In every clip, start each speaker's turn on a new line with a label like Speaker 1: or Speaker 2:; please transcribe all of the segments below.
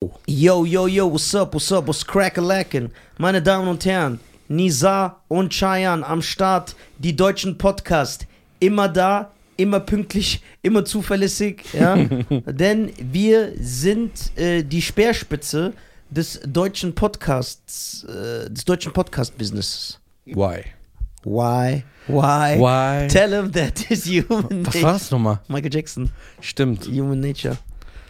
Speaker 1: Mikro.
Speaker 2: Yo, yo, yo, what's up, what's up, what's crack a Meine Damen und Herren, Nizar und Chayan am Start, die deutschen Podcast. Immer da, immer pünktlich, immer zuverlässig, ja. Denn wir sind äh, die Speerspitze des deutschen Podcasts, äh, des deutschen Podcast-Businesses.
Speaker 1: Why?
Speaker 2: Why? Why?
Speaker 1: Why?
Speaker 2: Tell him that is human
Speaker 1: Was
Speaker 2: nature.
Speaker 1: war's nochmal?
Speaker 2: Michael Jackson,
Speaker 1: Stimmt.
Speaker 2: Human Nature.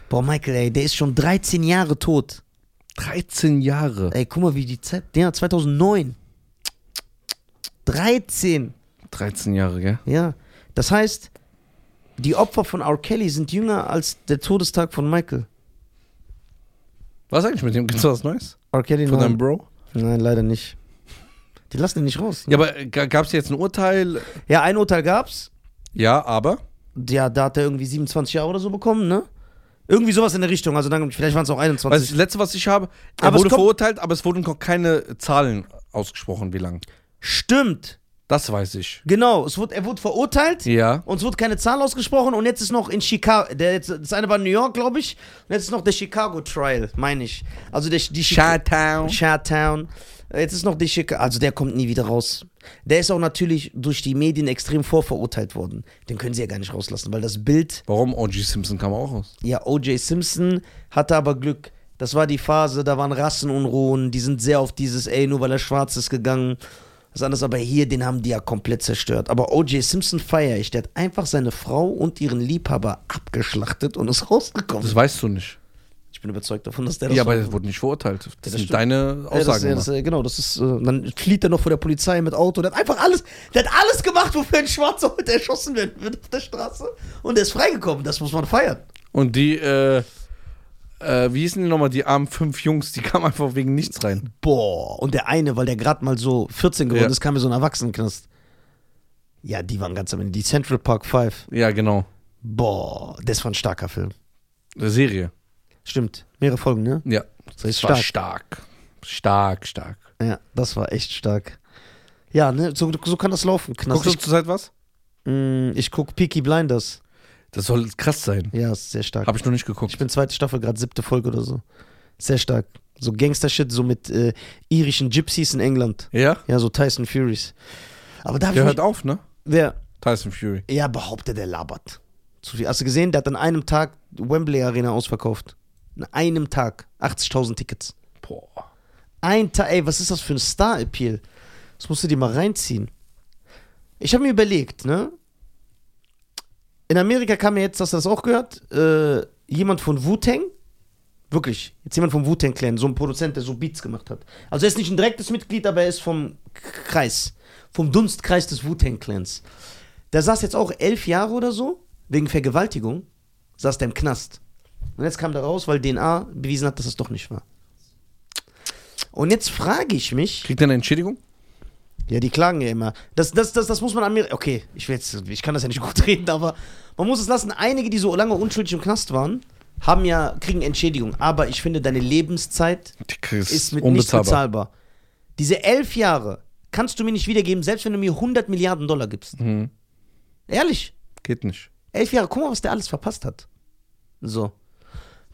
Speaker 2: Boah, Michael, ey, der ist schon 13 Jahre tot.
Speaker 1: 13 Jahre.
Speaker 2: Ey, guck mal, wie die Zeit. Ja, 2009. 13.
Speaker 1: 13 Jahre, gell?
Speaker 2: Ja. Das heißt, die Opfer von R. Kelly sind jünger als der Todestag von Michael.
Speaker 1: Was eigentlich mit dem? Gibt's da was Neues?
Speaker 2: R. Kelly
Speaker 1: Von deinem
Speaker 2: nein.
Speaker 1: Bro?
Speaker 2: nein, leider nicht. Die lassen ihn nicht raus. ne?
Speaker 1: Ja, aber äh, ga- gab's jetzt ein Urteil?
Speaker 2: Ja, ein Urteil gab's.
Speaker 1: Ja, aber?
Speaker 2: Ja, da hat er irgendwie 27 Jahre oder so bekommen, ne? Irgendwie sowas in der Richtung. Also dann, vielleicht waren es auch 21.
Speaker 1: Weißt du, das letzte, was ich habe, er
Speaker 2: Aber es
Speaker 1: wurde
Speaker 2: kommt-
Speaker 1: verurteilt, aber es wurden noch keine Zahlen ausgesprochen, wie lang.
Speaker 2: Stimmt.
Speaker 1: Das weiß ich.
Speaker 2: Genau. Es wurde, er wurde verurteilt.
Speaker 1: Ja.
Speaker 2: Uns wurde keine Zahl ausgesprochen und jetzt ist noch in Chicago, der, jetzt- das eine war New York, glaube ich, und jetzt ist noch der Chicago Trial, meine ich. Also der, die Chicago
Speaker 1: Shatown.
Speaker 2: Town. Jetzt ist noch der Chicago, also der kommt nie wieder raus. Der ist auch natürlich durch die Medien extrem vorverurteilt worden. Den können sie ja gar nicht rauslassen, weil das Bild,
Speaker 1: Warum OG Simpson kam auch raus?
Speaker 2: ja, O.J. Simpson hatte aber Glück. Das war die Phase, da waren Rassenunruhen, die sind sehr auf dieses, ey, nur weil er schwarz ist gegangen. Das ist anders, aber hier, den haben die ja komplett zerstört. Aber O.J. Simpson feiere ich. Der hat einfach seine Frau und ihren Liebhaber abgeschlachtet und ist rausgekommen.
Speaker 1: Das weißt du nicht.
Speaker 2: Ich bin überzeugt davon, dass der das
Speaker 1: Ja, aber
Speaker 2: war.
Speaker 1: er wurde nicht verurteilt. Das, ne? sind
Speaker 2: stimmt.
Speaker 1: deine
Speaker 2: Ja, das,
Speaker 1: Aussagen.
Speaker 2: ja, das, äh, genau, das ist, äh, dann flieht er noch vor der Polizei mit Auto. Der hat einfach alles, der hat alles gemacht, wofür ein Schwarzer heute erschossen werden wird auf der Straße. Und er ist freigekommen, das muss man feiern.
Speaker 1: Und die, äh, äh, wie hießen die nochmal, die armen fünf Jungs, die kamen einfach wegen nichts rein.
Speaker 2: Boah, und der eine, weil der gerade mal so 14 geworden
Speaker 1: Ja.
Speaker 2: ist, kam mir so ein Erwachsenenknast. Ja, die waren ganz am Ende. Die Central Park 5.
Speaker 1: Ja, genau.
Speaker 2: Boah, das war ein starker Film.
Speaker 1: Eine Serie.
Speaker 2: Stimmt, mehrere Folgen, ne?
Speaker 1: Ja.
Speaker 2: ist
Speaker 1: war stark. Stark, stark.
Speaker 2: Ja, das war echt stark. Ja, ne, so, so kann das laufen. Knast.
Speaker 1: Guckst du zurzeit was?
Speaker 2: ich, mm, ich guck Peaky Blinders.
Speaker 1: Das soll krass sein.
Speaker 2: Ja, ist sehr stark.
Speaker 1: Hab ich noch nicht
Speaker 2: Ich
Speaker 1: geguckt.
Speaker 2: bin zweite Staffel, gerade siebte Folge oder so. Sehr stark. So Gangster-Shit, so mit äh, irischen Gypsies in England.
Speaker 1: Ja?
Speaker 2: Ja, so Tyson Furies. Aber da hab
Speaker 1: Der
Speaker 2: ich
Speaker 1: hört
Speaker 2: mich,
Speaker 1: auf, ne?
Speaker 2: der,
Speaker 1: Tyson Fury.
Speaker 2: Ja, behauptet, er labert. Zu viel. Hast du gesehen, der hat an einem Tag Wembley Arena ausverkauft. An einem Tag. 80.000 Tickets.
Speaker 1: Boah.
Speaker 2: Ein Tag, ey, was ist das für ein Star-Appeal? Das musst du dir mal reinziehen. Ich habe mir überlegt, ne? In Amerika kam ja jetzt, hast du das auch gehört, äh, jemand von Wu-Tang. Wirklich, jetzt jemand vom Wu-Tang Clan, so ein Produzent, der so Beats gemacht hat. Also er ist nicht ein direktes Mitglied, aber er ist vom K- Kreis, vom Dunstkreis des Wu-Tang Clans. Der saß jetzt auch elf Jahre oder so, wegen Vergewaltigung, saß der im Knast. Und jetzt kam da raus, weil DNA bewiesen hat, dass es doch nicht war. Und jetzt frage ich mich,
Speaker 1: Kriegt er eine Entschädigung?
Speaker 2: ja, die klagen ja immer. Das, das, das, das muss man Amerika. Okay, ich, will jetzt, ich kann das ja nicht gut reden, aber man muss es lassen. Einige, die so lange unschuldig im Knast waren, haben ja, kriegen Entschädigung. Aber ich finde, deine Lebenszeit
Speaker 1: Die kriegst
Speaker 2: ist mit nicht bezahlbar. Diese elf Jahre kannst du mir nicht wiedergeben, selbst wenn du mir 100 Milliarden Dollar gibst.
Speaker 1: Mhm.
Speaker 2: Ehrlich,
Speaker 1: Geht nicht.
Speaker 2: elf Jahre, guck mal, was der alles verpasst hat. So.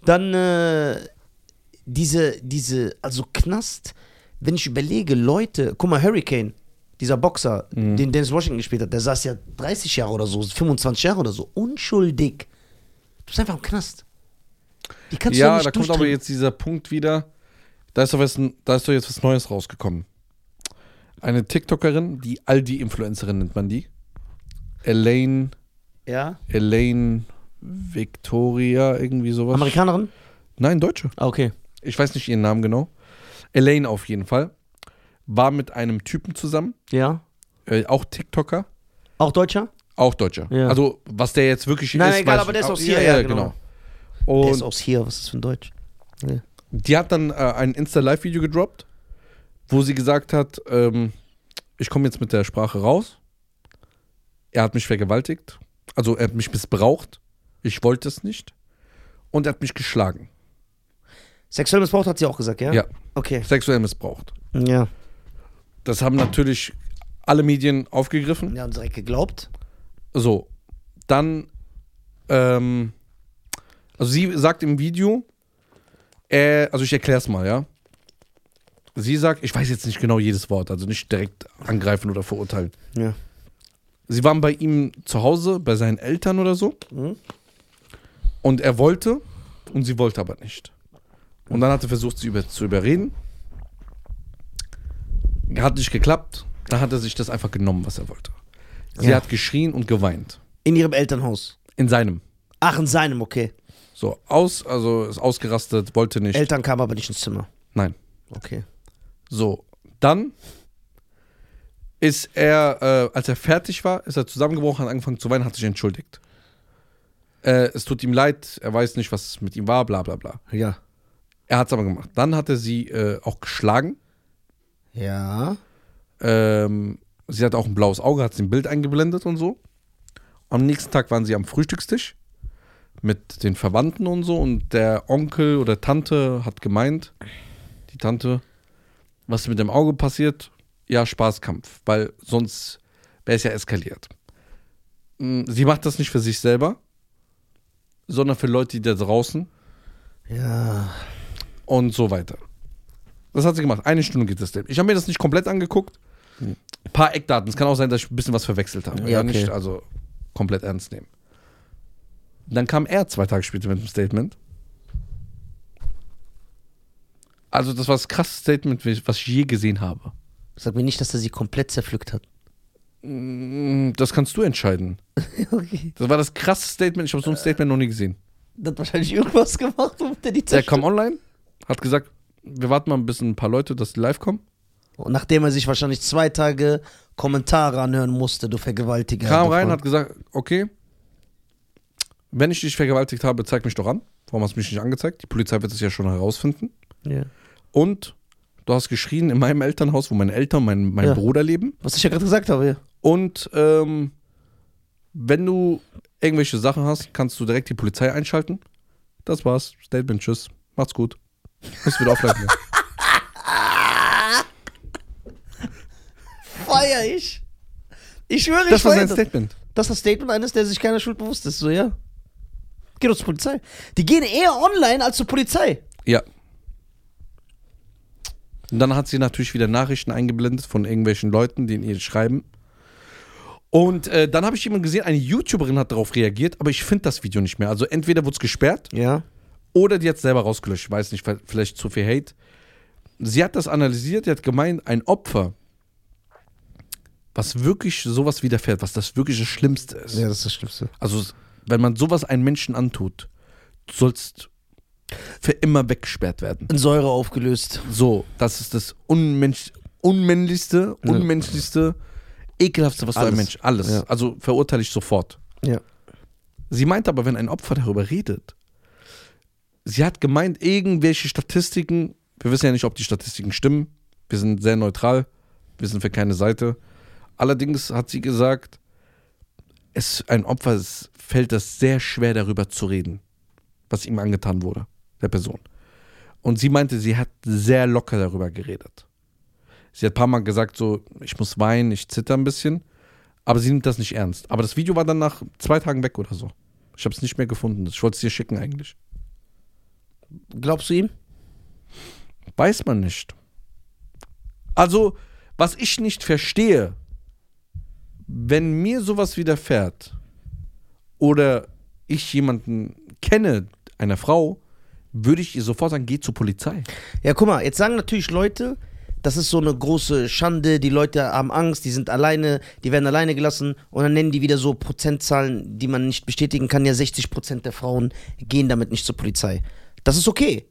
Speaker 2: Dann äh, diese, diese, also Knast, wenn ich überlege, Leute, guck mal, Hurricane, dieser Boxer,
Speaker 1: Mhm.
Speaker 2: den Dennis Washington gespielt hat, der saß ja 30 Jahre oder so, 25 Jahre oder so, unschuldig. Du bist einfach im Knast. Die kannst du
Speaker 1: ja,
Speaker 2: doch nicht
Speaker 1: da kommt aber
Speaker 2: durchdrehen.
Speaker 1: jetzt dieser Punkt wieder. Da ist, doch was, da ist doch jetzt was Neues rausgekommen. Eine TikTokerin, die Aldi-Influencerin nennt man die. Elaine,
Speaker 2: Ja?
Speaker 1: Elaine Victoria, irgendwie sowas.
Speaker 2: Amerikanerin?
Speaker 1: Nein, Deutsche.
Speaker 2: Ah, okay.
Speaker 1: Ich weiß nicht ihren Namen genau. Elaine auf jeden Fall. War mit einem Typen zusammen,
Speaker 2: Ja.
Speaker 1: äh, auch TikToker,
Speaker 2: Auch Deutscher?
Speaker 1: auch Deutscher.
Speaker 2: Ja.
Speaker 1: Also, was der jetzt wirklich
Speaker 2: Nein,
Speaker 1: ist.
Speaker 2: egal,
Speaker 1: weiß
Speaker 2: aber
Speaker 1: ich-
Speaker 2: der ist
Speaker 1: au-
Speaker 2: aus hier,
Speaker 1: Ja,
Speaker 2: ja,
Speaker 1: ja,
Speaker 2: genau.
Speaker 1: genau.
Speaker 2: der ist
Speaker 1: Und
Speaker 2: aus hier, was ist das für ein Deutsch? Ja.
Speaker 1: die hat dann äh, ein Insta-Live-Video gedroppt, wo sie gesagt hat, ähm, ich komme jetzt mit der Sprache raus. Er hat mich vergewaltigt. Also er hat mich missbraucht. Ich wollte es nicht. Und er hat mich geschlagen.
Speaker 2: Sexuell missbraucht hat sie auch gesagt, ja?
Speaker 1: Ja.
Speaker 2: Okay.
Speaker 1: Sexuell missbraucht.
Speaker 2: Ja.
Speaker 1: Das haben natürlich alle Medien aufgegriffen.
Speaker 2: Ja, und direkt geglaubt.
Speaker 1: So. Dann, ähm, also sie sagt im Video, Äh, also ich erkläre es mal, ja. Sie sagt, ich weiß jetzt nicht genau jedes Wort, also nicht direkt angreifen oder verurteilen.
Speaker 2: Ja.
Speaker 1: Sie waren bei ihm zu Hause, bei seinen Eltern oder so.
Speaker 2: Mhm.
Speaker 1: Und er wollte und sie wollte aber nicht. Und dann hat er versucht, sie über, zu überreden. Hat nicht geklappt. Dann hat er sich das einfach genommen, was er wollte. Sie
Speaker 2: Ja.
Speaker 1: hat geschrien und geweint.
Speaker 2: In ihrem Elternhaus.
Speaker 1: In seinem.
Speaker 2: Ach, in seinem, okay.
Speaker 1: So, aus, also ist ausgerastet, wollte nicht.
Speaker 2: Eltern kamen aber nicht ins Zimmer.
Speaker 1: Nein.
Speaker 2: Okay.
Speaker 1: So, dann ist er, äh, als er fertig war, ist er zusammengebrochen, hat angefangen zu weinen, hat sich entschuldigt. Äh, es tut ihm leid, er weiß nicht, was mit ihm war, bla bla bla.
Speaker 2: Ja.
Speaker 1: Er hat es aber gemacht. Dann hat er sie äh, auch geschlagen.
Speaker 2: Ja.
Speaker 1: Ähm, sie hat auch ein blaues Auge, hat sie ein Bild eingeblendet und so. Am nächsten Tag waren sie am Frühstückstisch mit den Verwandten und so und der Onkel oder Tante hat gemeint, die Tante, was mit dem Auge passiert, ja, Spaßkampf, weil sonst wäre es ja eskaliert. Mm, Sie macht das nicht für sich selber, sondern für Leute, die da draußen
Speaker 2: Ja.
Speaker 1: und so weiter. Das hat sie gemacht. Eine Stunde geht das Ding. Ich habe mir das nicht komplett angeguckt. Ein paar Eckdaten. Es kann auch sein, dass ich ein bisschen was verwechselt habe.
Speaker 2: Ja,
Speaker 1: Ja,
Speaker 2: okay.
Speaker 1: nicht also komplett ernst nehmen. Dann kam er zwei Tage später mit einem Statement. Also, das war das krasseste Statement, was ich je gesehen habe.
Speaker 2: Sag mir nicht, dass er sie komplett zerpflückt hat.
Speaker 1: Mm, Das kannst du entscheiden. Äh,
Speaker 2: okay.
Speaker 1: Das war das krasseste Statement. Ich habe so ein Statement noch nie gesehen.
Speaker 2: Der hat wahrscheinlich irgendwas gemacht, womit er die
Speaker 1: Der
Speaker 2: zerstört.
Speaker 1: kam online, hat gesagt, wir warten mal ein bisschen ein paar Leute, dass die live kommen.
Speaker 2: Und nachdem er sich wahrscheinlich zwei Tage Kommentare anhören musste, du Vergewaltiger.
Speaker 1: kam
Speaker 2: du
Speaker 1: rein,
Speaker 2: Fran-
Speaker 1: hat gesagt, okay, wenn ich dich vergewaltigt habe, zeig mich doch an. Warum hast du mich nicht angezeigt? Die Polizei wird es ja schon herausfinden.
Speaker 2: Ja.
Speaker 1: Und du hast geschrien in meinem Elternhaus, wo meine Eltern, mein, mein
Speaker 2: Ja.
Speaker 1: Bruder leben.
Speaker 2: Was ich ja gerade gesagt habe, ja.
Speaker 1: Und ähm, wenn du irgendwelche Sachen hast, kannst du direkt die Polizei einschalten. Das war's. Statement, tschüss. Macht's gut. Muss wieder offline gehen.
Speaker 2: Feier ich. Ich schwöre, ich
Speaker 1: Das war
Speaker 2: feier
Speaker 1: sein Statement.
Speaker 2: Das ist das Statement eines, der sich keiner Schuld bewusst ist. So, ja. Geh doch zur Polizei. Die gehen eher online als zur Polizei.
Speaker 1: Ja. Und dann hat sie natürlich wieder Nachrichten eingeblendet von irgendwelchen Leuten, die in ihr schreiben. Und äh, dann habe ich jemanden gesehen, eine YouTuberin hat darauf reagiert, aber ich finde das Video nicht mehr. Also entweder wurde es gesperrt
Speaker 2: Ja.
Speaker 1: oder die hat es selber rausgelöscht. Ich weiß nicht, vielleicht- vielleicht zu viel Hate. Sie hat das analysiert, die hat gemeint, ein Opfer, was wirklich sowas widerfährt, was das wirklich das Schlimmste ist.
Speaker 2: das ist das Schlimmste.
Speaker 1: Also, wenn man sowas einem Menschen antut, sollst für immer weggesperrt werden.
Speaker 2: In Säure aufgelöst.
Speaker 1: So, das ist das Unmensch unmännlichste,
Speaker 2: Ja.
Speaker 1: unmenschlichste, ekelhaftste, was du ein
Speaker 2: Alles.
Speaker 1: Mensch, alles.
Speaker 2: Ja.
Speaker 1: Also verurteile ich sofort.
Speaker 2: Ja.
Speaker 1: Sie meint aber, wenn ein Opfer darüber redet, sie hat gemeint, irgendwelche Statistiken, wir wissen ja nicht, ob die Statistiken stimmen, wir sind sehr neutral, wir sind für keine Seite. Allerdings hat sie gesagt, es, ein Opfer es fällt das sehr schwer, darüber zu reden, was ihm angetan wurde, der Person. Und sie meinte, sie hat sehr locker darüber geredet. Sie hat ein paar Mal gesagt, so, ich muss weinen, ich zitter ein bisschen. Aber sie nimmt das nicht ernst. Aber das Video war dann nach zwei Tagen weg oder so. Ich habe es nicht mehr gefunden. Ich wollte es dir schicken eigentlich.
Speaker 2: Glaubst du ihm?
Speaker 1: Weiß man nicht. Also, was ich nicht verstehe, wenn mir sowas widerfährt oder ich jemanden kenne, einer Frau, würde ich ihr sofort sagen, geh zur Polizei.
Speaker 2: Ja, guck mal, jetzt sagen natürlich Leute, das ist so eine große Schande, die Leute haben Angst, die sind alleine, die werden alleine gelassen und dann nennen die wieder so Prozentzahlen, die man nicht bestätigen kann. Ja, 60 Prozent der Frauen gehen damit nicht zur Polizei. Das ist okay.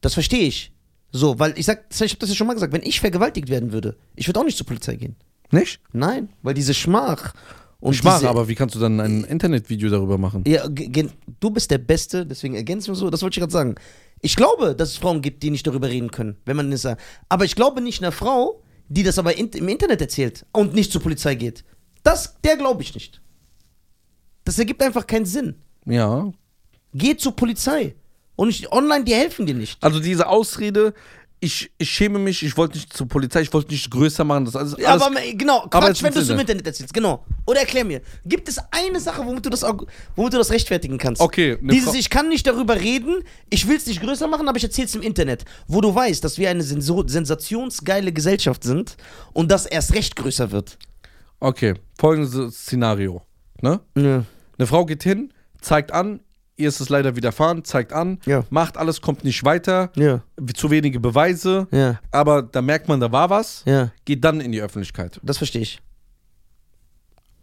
Speaker 2: Das verstehe ich. So, weil ich sag, ich habe das ja schon mal gesagt, wenn ich vergewaltigt werden würde, ich würde auch nicht zur Polizei gehen.
Speaker 1: Nicht?
Speaker 2: Nein, weil diese Schmach und
Speaker 1: Ich mache,
Speaker 2: diese,
Speaker 1: aber wie kannst du dann ein Internetvideo darüber machen?
Speaker 2: ja, ge- gen- du bist der Beste, deswegen ergänzen wir so. Das wollte ich gerade sagen. Ich glaube, dass es Frauen gibt, die nicht darüber reden können, wenn man das sagt. Aber ich glaube nicht einer Frau, die das aber in, im Internet erzählt und nicht zur Polizei geht. Das, der glaube ich nicht. Das ergibt einfach keinen Sinn.
Speaker 1: Ja.
Speaker 2: Geh zur Polizei. Und nicht, online, die helfen dir nicht.
Speaker 1: Also diese Ausrede, ich, ich schäme mich, ich wollte nicht zur Polizei, ich wollte nicht größer machen, das alles.
Speaker 2: Ja,
Speaker 1: alles
Speaker 2: aber ma- genau, Quatsch,
Speaker 1: aber jetzt
Speaker 2: wenn du es im
Speaker 1: Internet.
Speaker 2: Internet erzählst, genau. Oder erklär mir, gibt es eine Sache, womit du das, argu- womit du das rechtfertigen kannst?
Speaker 1: Okay, eine
Speaker 2: Dieses,
Speaker 1: Frau-
Speaker 2: ich kann nicht darüber reden, ich will es nicht größer machen, aber ich erzähl's im Internet. Wo du weißt, dass wir eine senso- sensationsgeile Gesellschaft sind und das erst recht größer wird.
Speaker 1: okay, folgendes Szenario. Ne?
Speaker 2: Ja.
Speaker 1: Eine Frau geht hin, zeigt an, ihr ist es leider widerfahren, zeigt an,
Speaker 2: Ja.
Speaker 1: macht alles, kommt nicht weiter,
Speaker 2: Ja.
Speaker 1: zu wenige Beweise,
Speaker 2: Ja.
Speaker 1: aber da merkt man, da war was,
Speaker 2: Ja.
Speaker 1: geht dann in die Öffentlichkeit
Speaker 2: Das verstehe ich.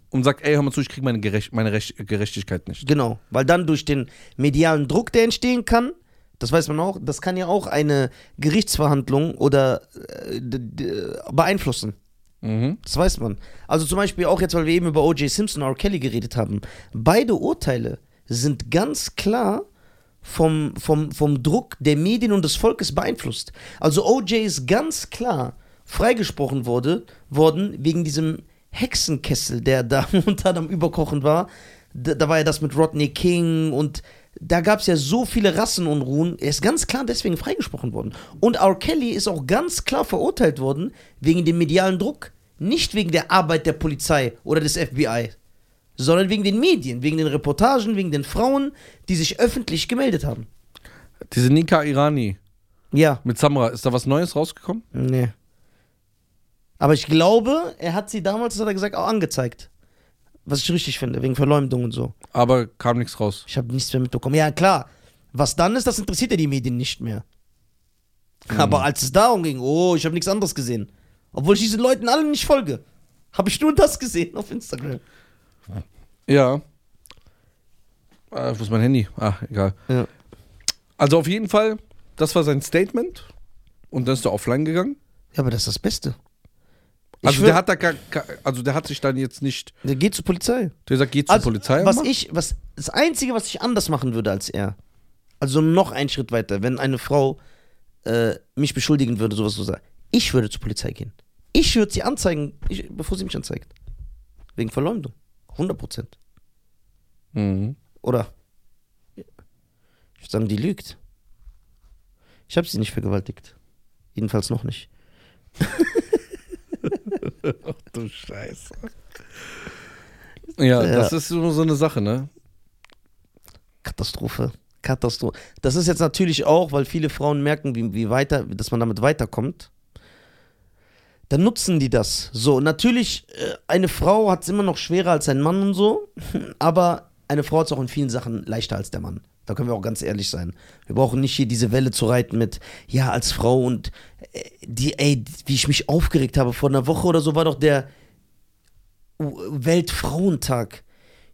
Speaker 1: und sagt, ey, hör mal zu, ich krieg meine, Gerecht meine Recht Gerechtigkeit nicht.
Speaker 2: Genau, weil dann durch den medialen Druck, der entstehen kann, das weiß man auch, das kann ja auch eine Gerichtsverhandlung oder äh, d- d- beeinflussen.
Speaker 1: Mhm.
Speaker 2: Das weiß man. Also zum Beispiel auch jetzt, weil wir eben über O.J. Simpson und R. Kelly geredet haben. Beide Urteile sind ganz klar vom, vom, vom Druck der Medien und des Volkes beeinflusst. Also O.J. ist ganz klar freigesprochen wurde, worden wegen diesem Hexenkessel, der da momentan am Überkochen war. Da, da war ja das mit Rodney King und da gab es ja so viele Rassenunruhen. Er ist ganz klar deswegen freigesprochen worden. Und R. Kelly ist auch ganz klar verurteilt worden wegen dem medialen Druck. Nicht wegen der Arbeit der Polizei oder des FBI, sondern wegen den Medien, wegen den Reportagen, wegen den Frauen, die sich öffentlich gemeldet haben.
Speaker 1: Diese Nika Irani
Speaker 2: Ja,
Speaker 1: mit Samra, ist da was Neues rausgekommen?
Speaker 2: nee. Aber ich glaube, er hat sie damals, das hat er gesagt, auch angezeigt. Was ich richtig finde, wegen Verleumdung und so.
Speaker 1: Aber kam nichts raus.
Speaker 2: Ich habe nichts mehr mitbekommen. Ja, klar. Was dann ist, das interessiert ja die Medien nicht mehr. Aber als es darum ging, oh, ich habe nichts anderes gesehen. Obwohl ich diesen Leuten allen nicht folge, habe ich nur das gesehen auf Instagram.
Speaker 1: Ja. Äh, wo ist mein Handy? Ah, egal.
Speaker 2: Ja.
Speaker 1: Also auf jeden Fall, das war sein Statement und dann ist er offline gegangen.
Speaker 2: Ja, aber das ist das Beste. Ich
Speaker 1: Also
Speaker 2: würd-
Speaker 1: der hat da gar, gar- also der hat sich dann jetzt nicht,
Speaker 2: Der geht zur Polizei. Also,
Speaker 1: der sagt, geh zur Polizei. und
Speaker 2: Was
Speaker 1: mach.
Speaker 2: ich, was, das Einzige, was ich anders machen würde als er, also noch einen Schritt weiter, wenn eine Frau äh, mich beschuldigen würde, sowas zu sagen, ich würde zur Polizei gehen. Ich würde sie anzeigen, ich, bevor sie mich anzeigt. Wegen Verleumdung. 100 Prozent.
Speaker 1: mhm.
Speaker 2: Oder? Ich würde sagen, die lügt. Ich habe sie nicht vergewaltigt. Jedenfalls noch nicht.
Speaker 1: Du Scheiße. Ja,
Speaker 2: Ja.
Speaker 1: das ist so, so eine Sache, ne?
Speaker 2: Katastrophe. Katastrophe. Das ist jetzt natürlich auch, weil viele Frauen merken, wie, wie weiter, dass man damit weiterkommt. Dann nutzen die das. So, natürlich, äh, eine Frau hat es immer noch schwerer als ein Mann und so, aber eine Frau hat es auch in vielen Sachen leichter als der Mann. Da können wir auch ganz ehrlich sein. Wir brauchen nicht hier diese Welle zu reiten mit, ja, als Frau und äh, die, ey, wie ich mich aufgeregt habe. Vor einer Woche oder so war doch der U- Weltfrauentag.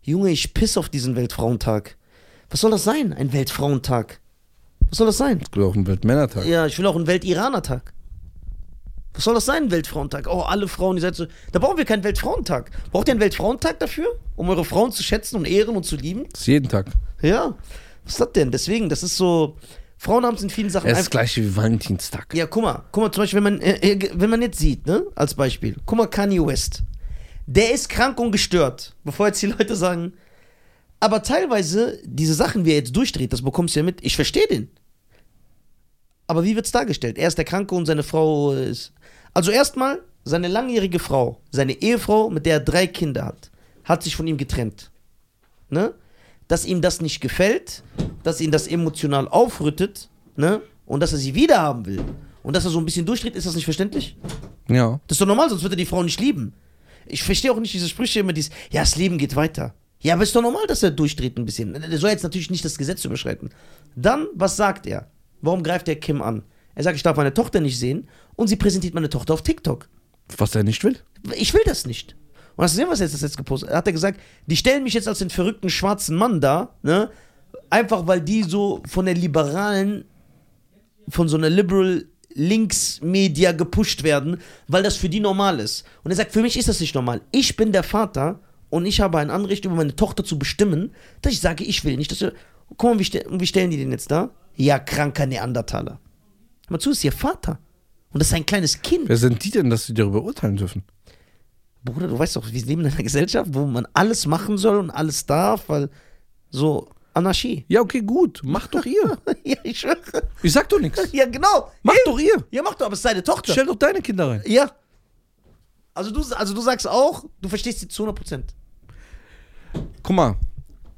Speaker 2: Junge, ich piss auf diesen Weltfrauentag. Was soll das sein, ein Weltfrauentag? Was soll das sein?
Speaker 1: Oder auch ein Weltmännertag.
Speaker 2: Ja, ich will auch einen Welt-Iraner-Tag. Was soll das sein, ein Weltfrauentag? Oh, alle Frauen, ihr seid so. Da brauchen wir keinen Weltfrauentag. Braucht ihr einen Weltfrauentag dafür? Um eure Frauen zu schätzen und ehren und zu lieben?
Speaker 1: Das ist jeden Tag.
Speaker 2: Ja. Was ist das denn? Deswegen, das ist so. Frauen haben es in vielen Sachen
Speaker 1: Er ist das gleiche wie Valentinstag.
Speaker 2: ja, guck mal, guck mal, zum Beispiel, wenn man, äh, äh, wenn man jetzt sieht, ne, als Beispiel, guck mal, Kanye West. Der ist krank und gestört, bevor jetzt die Leute sagen. Aber teilweise, diese Sachen, wie er jetzt durchdreht, das bekommst du ja mit. Ich verstehe den. Aber wie wird's dargestellt? Er ist der Kranke und seine Frau ist. Also erstmal, seine langjährige Frau, seine Ehefrau, mit der er drei Kinder hat, hat sich von ihm getrennt. Ne? Dass ihm das nicht gefällt, dass ihn das emotional aufrüttet, ne? Und dass er sie wiederhaben will. Und dass er so ein bisschen durchdreht, ist das nicht verständlich?
Speaker 1: Ja.
Speaker 2: Das ist doch normal, sonst wird er die Frau nicht lieben. Ich verstehe auch nicht diese Sprüche immer, dieses, ja, das Leben geht weiter. Ja, aber ist doch normal, dass er durchdreht ein bisschen. Er soll jetzt natürlich nicht das Gesetz überschreiten. Dann, was sagt er? Warum greift er Kim an? Er sagt, ich darf meine Tochter nicht sehen und sie präsentiert meine Tochter auf TikTok.
Speaker 1: Was er nicht will.
Speaker 2: Ich will das nicht. Und hast du gesehen, was er jetzt, das jetzt gepostet hat? Hat er gesagt, die stellen mich jetzt als den verrückten schwarzen Mann dar, ne? Einfach weil die so von der liberalen, von so einer liberal Linksmedia gepusht werden, weil das für die normal ist. Und er sagt, für mich ist das nicht normal. Ich bin der Vater und ich habe ein Anrecht, über meine Tochter zu bestimmen, dass ich sage, ich will nicht, dass wir. Guck mal, wie, ste- wie stellen die den jetzt da? Ja, kranker Neandertaler. Hör Mal zu, ist ihr Vater. Und das ist ein kleines Kind.
Speaker 1: Wer sind die denn, dass sie darüber urteilen dürfen?
Speaker 2: Bruder, du weißt doch, wir leben in einer Gesellschaft, wo man alles machen soll und alles darf, weil so, Anarchie.
Speaker 1: Ja, okay, gut. Mach doch ihr.
Speaker 2: ja, ich schwöre.
Speaker 1: Ich sag doch nichts.
Speaker 2: Ja, genau.
Speaker 1: Mach doch ihr.
Speaker 2: Ja, mach doch, aber es ist deine Tochter.
Speaker 1: Stell doch deine Kinder rein.
Speaker 2: Ja. Also du, also du sagst auch, du verstehst sie zu 100%.
Speaker 1: Guck mal,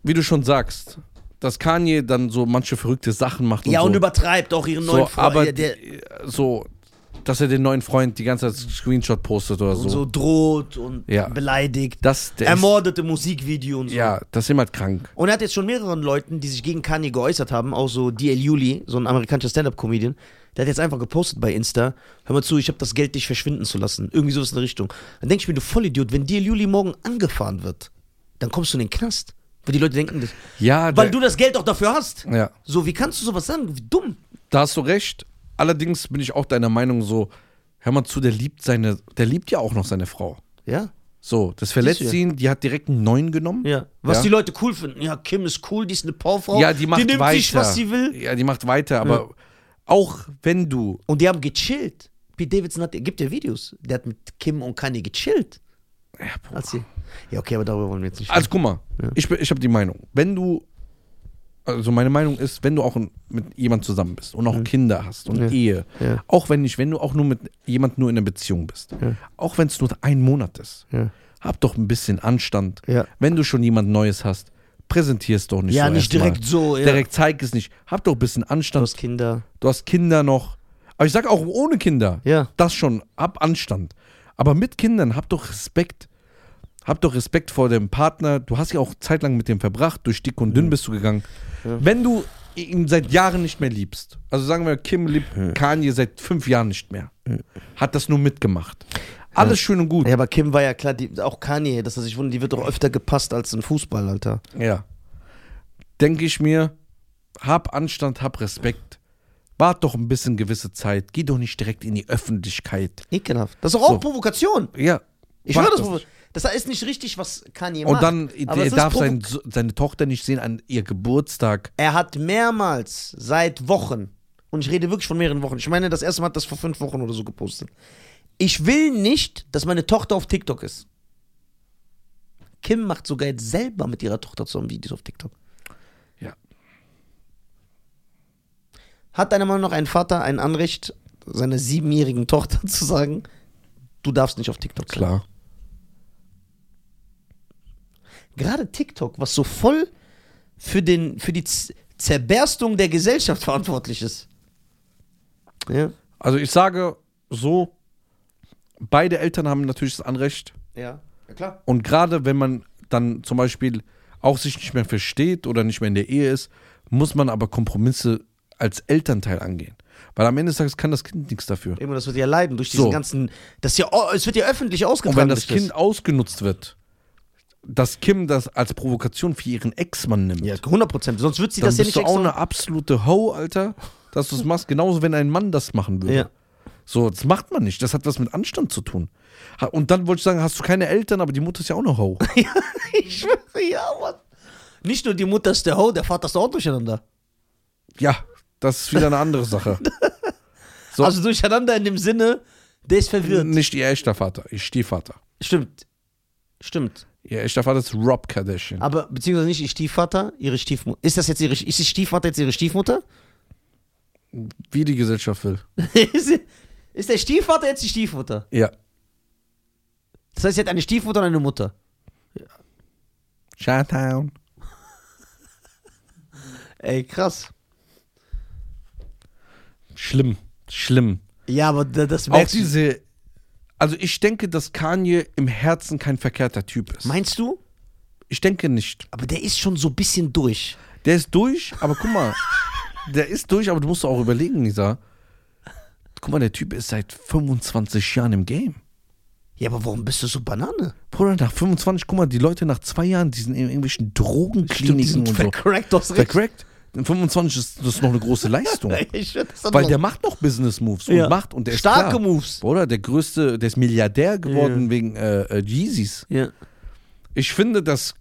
Speaker 1: wie du schon sagst, dass Kanye dann so manche verrückte Sachen macht. Und
Speaker 2: ja,
Speaker 1: so.
Speaker 2: und übertreibt auch ihren neuen
Speaker 1: so,
Speaker 2: Freund.
Speaker 1: aber
Speaker 2: ja, der,
Speaker 1: die- so, dass er den neuen Freund die ganze Zeit Screenshot postet oder so.
Speaker 2: und so droht und
Speaker 1: Ja.
Speaker 2: beleidigt.
Speaker 1: Das, der ist,
Speaker 2: Ermordet im Musikvideo und so.
Speaker 1: ja, das ist jemand krank.
Speaker 2: Und er hat jetzt schon mehreren Leuten, die sich gegen Kanye geäußert haben, auch so DL Yuli, so ein amerikanischer Stand-Up-Comedian, der hat jetzt einfach gepostet bei Insta, hör mal zu, ich habe das Geld, dich verschwinden zu lassen. Irgendwie sowas in der Richtung. Dann denke ich mir, du Vollidiot, wenn DL Yuli morgen angefahren wird, dann kommst du in den Knast. Weil die Leute denken, das,
Speaker 1: Ja,
Speaker 2: weil
Speaker 1: der,
Speaker 2: du das Geld auch dafür hast.
Speaker 1: ja,
Speaker 2: So, wie kannst du sowas sagen? Wie dumm.
Speaker 1: da hast du recht. Allerdings bin ich auch deiner Meinung so, hör mal zu, der liebt seine, der liebt ja auch noch seine Frau.
Speaker 2: Ja.
Speaker 1: So, das verletzt
Speaker 2: Siehst du
Speaker 1: ihn, die hat direkt einen neuen genommen.
Speaker 2: Ja. Was
Speaker 1: Ja.
Speaker 2: die Leute cool finden. Ja, Kim ist cool, die ist eine Powerfrau.
Speaker 1: Ja, die macht
Speaker 2: nimmt
Speaker 1: weiter.
Speaker 2: sich, was sie will.
Speaker 1: Ja, die macht weiter, aber auch wenn du,
Speaker 2: Und die haben gechillt. Pete Davidson hat, gibt ja Videos. Der hat mit Kim und Kanye gechillt.
Speaker 1: ja, Bruder.
Speaker 2: Als sie, ja, okay, aber darüber wollen wir jetzt nicht
Speaker 1: also guck mal, ich, bin- ich habe die Meinung, wenn du, also meine Meinung ist, wenn du auch mit jemand zusammen bist und auch Kinder hast und
Speaker 2: Ja.
Speaker 1: Ehe,
Speaker 2: Ja.
Speaker 1: auch wenn nicht, wenn du auch nur mit jemand nur in einer Beziehung bist,
Speaker 2: Ja.
Speaker 1: auch wenn es nur ein Monat ist,
Speaker 2: Ja.
Speaker 1: hab doch ein bisschen Anstand.
Speaker 2: Ja.
Speaker 1: Wenn du schon jemand Neues hast, präsentier es doch nicht
Speaker 2: Ja,
Speaker 1: so
Speaker 2: nicht
Speaker 1: erstmal.
Speaker 2: direkt so, ja.
Speaker 1: Direkt zeig es nicht. Hab doch ein bisschen
Speaker 2: Du
Speaker 1: Anstand.
Speaker 2: hast Kinder.
Speaker 1: Du hast Kinder noch. Aber ich sag auch ohne Kinder.
Speaker 2: Ja.
Speaker 1: Das schon. Hab Anstand. Aber mit Kindern, hab doch Respekt. Hab doch Respekt vor dem Partner. Du hast ja auch zeitlang mit dem verbracht. Durch dick und
Speaker 2: Mhm.
Speaker 1: dünn bist du gegangen. Wenn du ihn seit Jahren nicht mehr liebst, also sagen wir, Kim liebt Kanye seit fünf Jahren nicht mehr, hat das nur mitgemacht. Alles schön und gut.
Speaker 2: Ja, aber Kim war ja klar, die, auch Kanye, dass er sich wundert, die wird doch öfter gepasst als ein Fußball, Alter.
Speaker 1: Ja. Denke ich mir, hab Anstand, hab Respekt. Wart doch ein bisschen gewisse Zeit. Geh doch nicht direkt in die Öffentlichkeit.
Speaker 2: Ekelhaft. Das ist doch auch
Speaker 1: So.
Speaker 2: Provokation.
Speaker 1: Ja.
Speaker 2: Ich
Speaker 1: mach
Speaker 2: höre das.
Speaker 1: doch.
Speaker 2: Provo- Das ist nicht richtig, was Kanye
Speaker 1: Und
Speaker 2: macht.
Speaker 1: dann,
Speaker 2: aber
Speaker 1: er
Speaker 2: es ist
Speaker 1: darf
Speaker 2: provo-
Speaker 1: sein, So- seine Tochter nicht sehen an ihr Geburtstag.
Speaker 2: Er hat mehrmals seit Wochen, und ich rede wirklich von mehreren Wochen, ich meine, das erste Mal hat das vor fünf Wochen oder so gepostet. Ich will nicht, dass meine Tochter auf TikTok ist. Kim macht sogar jetzt selber mit ihrer Tochter zusammen Videos auf TikTok.
Speaker 1: Ja.
Speaker 2: Hat deiner Meinung nach ein Vater ein Anrecht, seiner siebenjährigen Tochter zu sagen, du darfst nicht auf TikTok sein?
Speaker 1: Klar.
Speaker 2: Gerade TikTok, was so voll für, den, für die Z Zerberstung der Gesellschaft verantwortlich ist. Ja.
Speaker 1: Also ich sage so, beide Eltern haben natürlich das Anrecht.
Speaker 2: Ja, ja klar.
Speaker 1: Und gerade wenn man dann zum Beispiel auch sich nicht mehr versteht oder nicht mehr in der Ehe ist, muss man aber Kompromisse als Elternteil angehen. Weil am Ende des Tages kann das Kind nichts dafür.
Speaker 2: Immer, das wird ja leiden durch diesen
Speaker 1: So.
Speaker 2: ganzen. Das ist ja, oh, es wird ja öffentlich
Speaker 1: Und
Speaker 2: ausgetragen.
Speaker 1: wenn das
Speaker 2: durch
Speaker 1: Kind ausgenutzt wird, dass Kim das als Provokation für ihren Ex-Mann nimmt,
Speaker 2: Ja, 100 Prozent. Sonst wird sie
Speaker 1: dann
Speaker 2: das ja
Speaker 1: bist
Speaker 2: nicht
Speaker 1: du auch
Speaker 2: extra.
Speaker 1: eine absolute Ho, Alter, dass du es machst. Genauso, wenn ein Mann das machen würde.
Speaker 2: Ja.
Speaker 1: So, das macht man nicht. Das hat was mit Anstand zu tun. Ha- Und dann wollte ich sagen, hast du keine Eltern, aber die Mutter ist ja auch eine Ho.
Speaker 2: Ich schwöre, ja, Mann. Nicht nur die Mutter ist der Ho, der Vater ist auch durcheinander.
Speaker 1: ja, das ist wieder eine andere Sache. So.
Speaker 2: Also durcheinander in dem Sinne, der ist verwirrt.
Speaker 1: nicht ihr echter Vater, ihr Stiefvater.
Speaker 2: Stimmt. Stimmt.
Speaker 1: Ihr echter Vater ist Rob Kardashian.
Speaker 2: Aber beziehungsweise nicht ihr Stiefvater, ihre Stiefmutter. Ist das jetzt ihre ist ihr Stiefvater jetzt ihre Stiefmutter?
Speaker 1: Wie die Gesellschaft will.
Speaker 2: ist sie- ist der Stiefvater jetzt die Stiefmutter?
Speaker 1: Ja.
Speaker 2: Das heißt, sie hat eine Stiefmutter und eine Mutter.
Speaker 1: Shutdown.
Speaker 2: Ey, krass.
Speaker 1: Schlimm. Schlimm.
Speaker 2: Ja, aber da- das
Speaker 1: Auch
Speaker 2: merkst du.
Speaker 1: diese. Also ich denke, dass Kanye im Herzen kein verkehrter Typ ist.
Speaker 2: Meinst du?
Speaker 1: Ich denke nicht.
Speaker 2: Aber der ist schon so ein bisschen durch.
Speaker 1: Der ist durch, aber guck mal. der ist durch, aber du musst auch überlegen, Lisa. Guck mal, der Typ ist seit 25 Jahren im Game.
Speaker 2: Ja, aber warum bist du so Banane?
Speaker 1: Bruder, nach 25, guck mal, die Leute nach zwei Jahren, die sind in irgendwelchen Drogenkliniken und so.
Speaker 2: vercrackt aus
Speaker 1: Vercrackt. 25 ist das ist noch eine große Leistung. Weil der macht noch Business Moves und
Speaker 2: Ja.
Speaker 1: macht und der ist
Speaker 2: Starke
Speaker 1: klar.
Speaker 2: Moves.
Speaker 1: Bruder, der größte, der ist Milliardär geworden
Speaker 2: Ja.
Speaker 1: wegen äh, äh, Yeezys.
Speaker 2: Ja.
Speaker 1: Ich finde, dass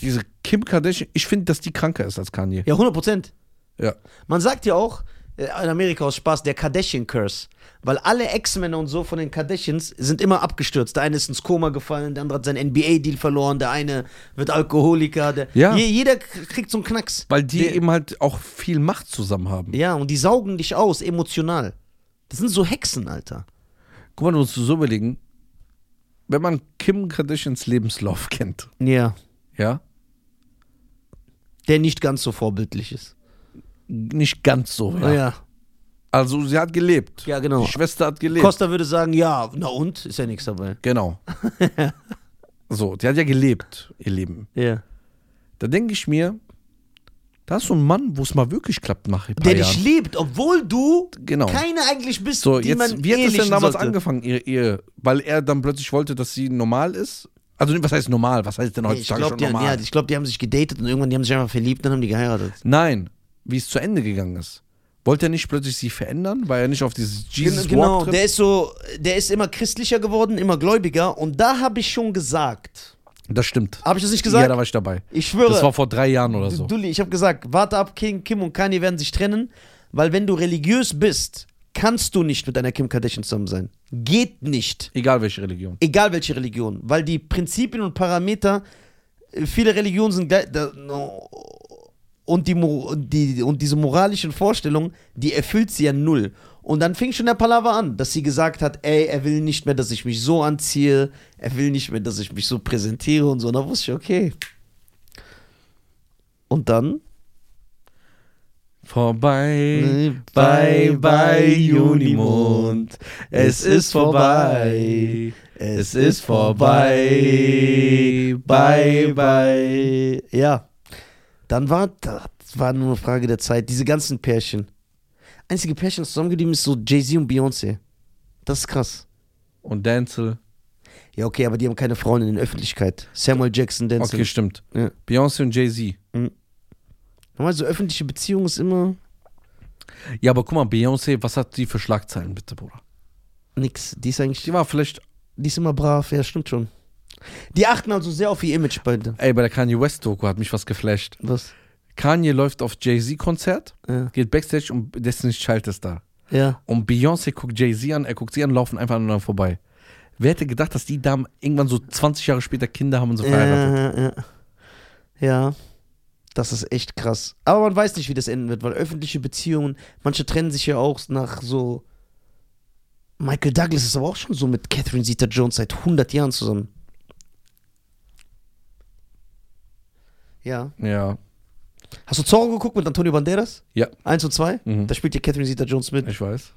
Speaker 1: diese Kim Kardashian, ich finde, dass die kranker ist als Kanye.
Speaker 2: ja, 100 Prozent.
Speaker 1: Ja.
Speaker 2: Man sagt ja auch, äh, in Amerika aus Spaß, der Kardashian-Curse. Weil alle Ex-Männer und so von den Kardashians sind immer abgestürzt. Der eine ist ins Koma gefallen, der andere hat seinen NBA-Deal verloren, der eine wird Alkoholiker. Der,
Speaker 1: Ja.
Speaker 2: Je, jeder k- kriegt so einen Knacks.
Speaker 1: Weil die
Speaker 2: Der-
Speaker 1: eben halt auch viel Macht zusammen haben.
Speaker 2: Ja, und die saugen dich aus, emotional. Das sind so Hexen, Alter.
Speaker 1: Guck mal, du musst so überlegen, wenn man Kim Kardashians Lebenslauf kennt,
Speaker 2: Ja.
Speaker 1: ja,
Speaker 2: Der nicht ganz so vorbildlich ist.
Speaker 1: nicht ganz so.
Speaker 2: Ja,
Speaker 1: Ja.
Speaker 2: ja.
Speaker 1: Also sie hat gelebt.
Speaker 2: Ja, genau.
Speaker 1: Die Schwester hat gelebt.
Speaker 2: Costa würde sagen, ja, na und? Ist ja nichts dabei.
Speaker 1: genau. so, die hat ja gelebt, ihr Leben.
Speaker 2: Ja.
Speaker 1: Da denke ich mir, da ist so ein Mann, wo es mal wirklich klappt nach ein paar
Speaker 2: Der dich
Speaker 1: Jahren.
Speaker 2: liebt, obwohl du
Speaker 1: Genau.
Speaker 2: keine eigentlich bist,
Speaker 1: So,
Speaker 2: die
Speaker 1: jetzt,
Speaker 2: man
Speaker 1: wie hat das denn
Speaker 2: ehelichen
Speaker 1: damals
Speaker 2: sollte.
Speaker 1: angefangen, ihre Ehe? Weil er dann plötzlich wollte, dass sie normal ist? Also, nee, was heißt normal? Was heißt denn
Speaker 2: Nee, Ich
Speaker 1: heutzutage
Speaker 2: glaube, die,
Speaker 1: schon normal?
Speaker 2: ja, ich glaub, die haben sich gedatet und irgendwann die haben sich einfach verliebt und dann haben die geheiratet.
Speaker 1: Nein, wie es zu Ende gegangen ist. Wollte er nicht plötzlich sie verändern? War er nicht auf dieses Jesus
Speaker 2: genau,
Speaker 1: Walk Trip?
Speaker 2: der ist so, der ist immer christlicher geworden, immer gläubiger und da habe ich schon gesagt,
Speaker 1: Das stimmt.
Speaker 2: habe ich das nicht gesagt?
Speaker 1: Ja, da war ich dabei.
Speaker 2: ich schwöre,
Speaker 1: Das war vor drei Jahren oder so.
Speaker 2: Dulli, ich habe gesagt, warte ab, King, Kim und Kanye werden sich trennen, weil wenn du religiös bist, kannst du nicht mit einer Kim Kardashian zusammen sein. Geht nicht.
Speaker 1: Egal welche Religion.
Speaker 2: Egal welche Religion, weil die Prinzipien und Parameter, äh, viele Religionen sind gleich. Da, no, und, die, Mo- und die, und diese moralischen Vorstellungen, die erfüllt sie ja null. Und dann fing schon der Palaver an, dass sie gesagt hat, ey, er will nicht mehr, dass ich mich so anziehe, er will nicht mehr, dass ich mich so präsentiere und so. Und da wusste ich, okay. Und dann?
Speaker 1: Vorbei, bye, bye, Junimond. Es ist vorbei. Es ist vorbei. Bye,
Speaker 2: bye. Ja. Dann war das war nur eine Frage der Zeit. Diese ganzen Pärchen. Einzige Pärchen, das zusammengeblieben ist, so Jay-Z und Beyoncé. Das ist krass.
Speaker 1: Und Denzel.
Speaker 2: Ja, okay, aber die haben keine Frauen in der Öffentlichkeit. Samuel Jackson, Denzel.
Speaker 1: Okay, stimmt.
Speaker 2: Ja.
Speaker 1: Beyoncé und Jay-Z.
Speaker 2: Normal, so öffentliche Beziehung ist immer
Speaker 1: Ja, aber guck mal, Beyoncé, was hat die für Schlagzeilen, bitte, Bruder?
Speaker 2: nix. Die ist eigentlich,
Speaker 1: Die war vielleicht,
Speaker 2: die ist immer brav, ja, stimmt schon. Die achten also sehr auf ihr Image beide.
Speaker 1: ey, bei der Kanye West-Doku hat mich was geflasht.
Speaker 2: Was?
Speaker 1: Kanye läuft auf Jay-Z-Konzert,
Speaker 2: Ja.
Speaker 1: geht Backstage und Destiny's Child ist da.
Speaker 2: Ja.
Speaker 1: Und Beyoncé guckt Jay-Z an, er guckt sie an, laufen einfach aneinander vorbei. Wer hätte gedacht, dass die Damen irgendwann so 20 Jahre später Kinder haben und so verheiratet?
Speaker 2: Ja, Äh, ja, ja. ja, das ist echt krass. Aber man weiß nicht, wie das enden wird, weil öffentliche Beziehungen, manche trennen sich ja auch nach so. Michael Douglas ist aber auch schon so mit Catherine Zeta Jones seit 100 Jahren zusammen. Ja.
Speaker 1: Ja.
Speaker 2: Hast du Zorro geguckt mit Antonio Banderas?
Speaker 1: Ja.
Speaker 2: Eins und zwei?
Speaker 1: Mhm.
Speaker 2: Da spielt ja Catherine Zeta Jones mit.
Speaker 1: ich weiß.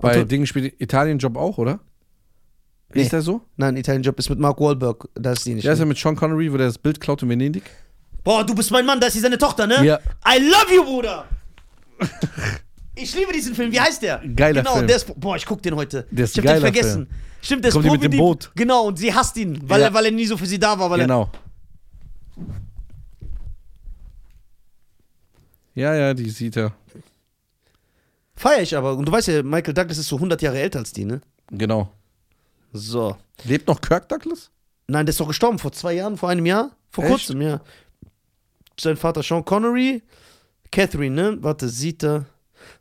Speaker 1: Bei
Speaker 2: Anto-
Speaker 1: Dingen spielt Italien-Job auch, oder?
Speaker 2: Nee.
Speaker 1: Ist der so?
Speaker 2: Nein, Italian Job ist mit Mark Wahlberg. Da ist sie nicht.
Speaker 1: Ja, ist er
Speaker 2: mit.
Speaker 1: mit Sean Connery, wo der das Bild klaut in Venedig?
Speaker 2: Boah, du bist mein Mann, da ist sie seine Tochter, ne?
Speaker 1: Ja.
Speaker 2: I love you, Bruder! Ich liebe diesen Film. Wie heißt der?
Speaker 1: Geiler
Speaker 2: genau,
Speaker 1: Film.
Speaker 2: Der ist, boah, ich guck den heute.
Speaker 1: Der ist
Speaker 2: ich hab
Speaker 1: ein
Speaker 2: den
Speaker 1: geiler
Speaker 2: vergessen. Stimmt, der ist
Speaker 1: Kommt die mit dem
Speaker 2: Profi-Dieb.
Speaker 1: Boot.
Speaker 2: Genau, und sie hasst ihn, weil,
Speaker 1: Ja.
Speaker 2: er, weil er nie so für sie da war. Weil
Speaker 1: Genau. Ja, ja, die sieht er.
Speaker 2: er, feier ich aber. Und du weißt ja, Michael Douglas ist so 100 Jahre älter als die, ne?
Speaker 1: Genau.
Speaker 2: So.
Speaker 1: Lebt noch Kirk Douglas?
Speaker 2: Nein, der ist doch gestorben vor zwei Jahren, vor einem Jahr. Vor
Speaker 1: Echt?
Speaker 2: kurzem, ja. Sein Vater Sean Connery. Catherine, ne? Warte, sieht er.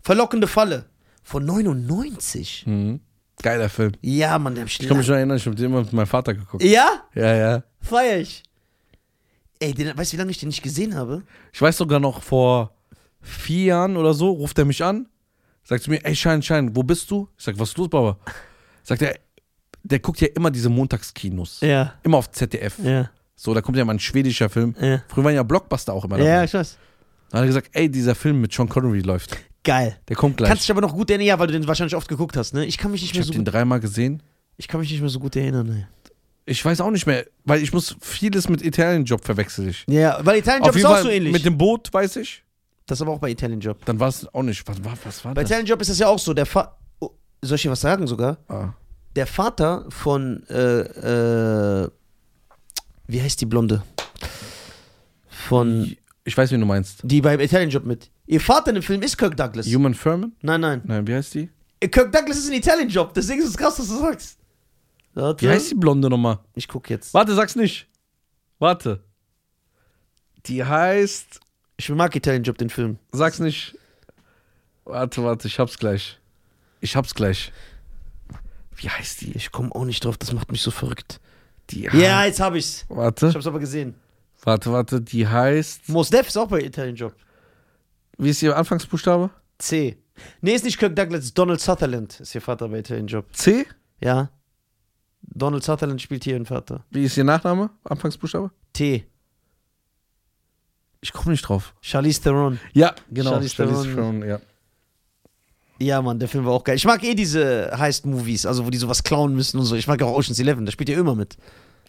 Speaker 2: Verlockende Falle. Von 99.
Speaker 1: Mhm. Geiler Film.
Speaker 2: Ja, Mann, der hab
Speaker 1: Ich kann mich schon erinnern, ich habe den immer mit meinem Vater geguckt.
Speaker 2: Ja?
Speaker 1: Ja, ja.
Speaker 2: Feier ich. Ey, den, weißt du, wie lange ich den nicht gesehen habe?
Speaker 1: Ich weiß sogar noch, vor vier Jahren oder so ruft er mich an, sagt zu mir, ey Schein, Schein, wo bist du? Ich sag, was ist los, Baba? Sagt er, der guckt ja immer diese Montagskinos.
Speaker 2: Ja,
Speaker 1: Immer auf ZDF.
Speaker 2: ja,
Speaker 1: So, da kommt ja mal ein schwedischer Film.
Speaker 2: ja.
Speaker 1: Früher waren ja Blockbuster auch immer dabei.
Speaker 2: Ja, ich weiß.
Speaker 1: Dann hat er gesagt, ey, dieser Film mit Sean Connery läuft.
Speaker 2: Geil.
Speaker 1: Der kommt gleich.
Speaker 2: Kannst dich aber noch gut erinnern, ja, weil du den wahrscheinlich oft geguckt hast, ne? Ich kann mich nicht
Speaker 1: ich
Speaker 2: mehr so
Speaker 1: habe den
Speaker 2: gut,
Speaker 1: dreimal gesehen.
Speaker 2: ich kann mich nicht mehr so gut erinnern, ne?
Speaker 1: Ich weiß auch nicht mehr, weil ich muss vieles mit Italien-Job verwechsel ich.
Speaker 2: Ja, weil Italian Job ist auch so ähnlich.
Speaker 1: mit dem Boot, weiß ich.
Speaker 2: das ist aber auch bei Italian Job.
Speaker 1: Dann war es auch nicht. Was war, was war
Speaker 2: Bei
Speaker 1: das?
Speaker 2: Italian Job ist das ja auch so, der Fa oh, soll ich dir was sagen sogar?
Speaker 1: Ah.
Speaker 2: Der Vater von äh, äh, wie heißt die Blonde? Von
Speaker 1: Ich weiß, wie du meinst.
Speaker 2: die beim Italian Job mit. Ihr Vater in dem Film ist Kirk Douglas.
Speaker 1: Human Furman?
Speaker 2: nein, nein.
Speaker 1: Nein, wie heißt die?
Speaker 2: Kirk Douglas ist ein Italian-Job, deswegen ist es krass, dass du sagst. Warte.
Speaker 1: Wie heißt die Blonde nochmal?
Speaker 2: Ich guck jetzt.
Speaker 1: Warte, sag's nicht. Warte. Die heißt.
Speaker 2: Ich mag Italian-Job, den Film.
Speaker 1: Sag's nicht. Warte, warte, ich hab's gleich. Ich hab's gleich. Wie heißt die?
Speaker 2: Ich komme auch nicht drauf, das macht mich so verrückt.
Speaker 1: Die
Speaker 2: Ja,
Speaker 1: heißt-
Speaker 2: jetzt habe ich's. Ich
Speaker 1: Warte,
Speaker 2: hab's aber gesehen.
Speaker 1: warte, warte. Die heißt.
Speaker 2: Mos Def ist auch bei Italian Job.
Speaker 1: Wie ist ihr Anfangsbuchstabe?
Speaker 2: C. Nee, ist nicht Kirk Douglas, ist Donald Sutherland ist ihr Vater bei Italian Job.
Speaker 1: C?
Speaker 2: Ja. Donald Sutherland spielt hier ihren Vater.
Speaker 1: Wie ist ihr Nachname? Anfangsbuchstabe?
Speaker 2: T.
Speaker 1: Ich komme nicht drauf.
Speaker 2: Charlize Theron.
Speaker 1: Ja, genau.
Speaker 2: Charlize Theron.
Speaker 1: Theron, ja.
Speaker 2: Ja, Mann, der Film war auch geil. Ich mag eh diese Heist-Movies, also wo die sowas klauen müssen und so. Ich mag auch Ocean's Eleven, da spielt ja immer mit.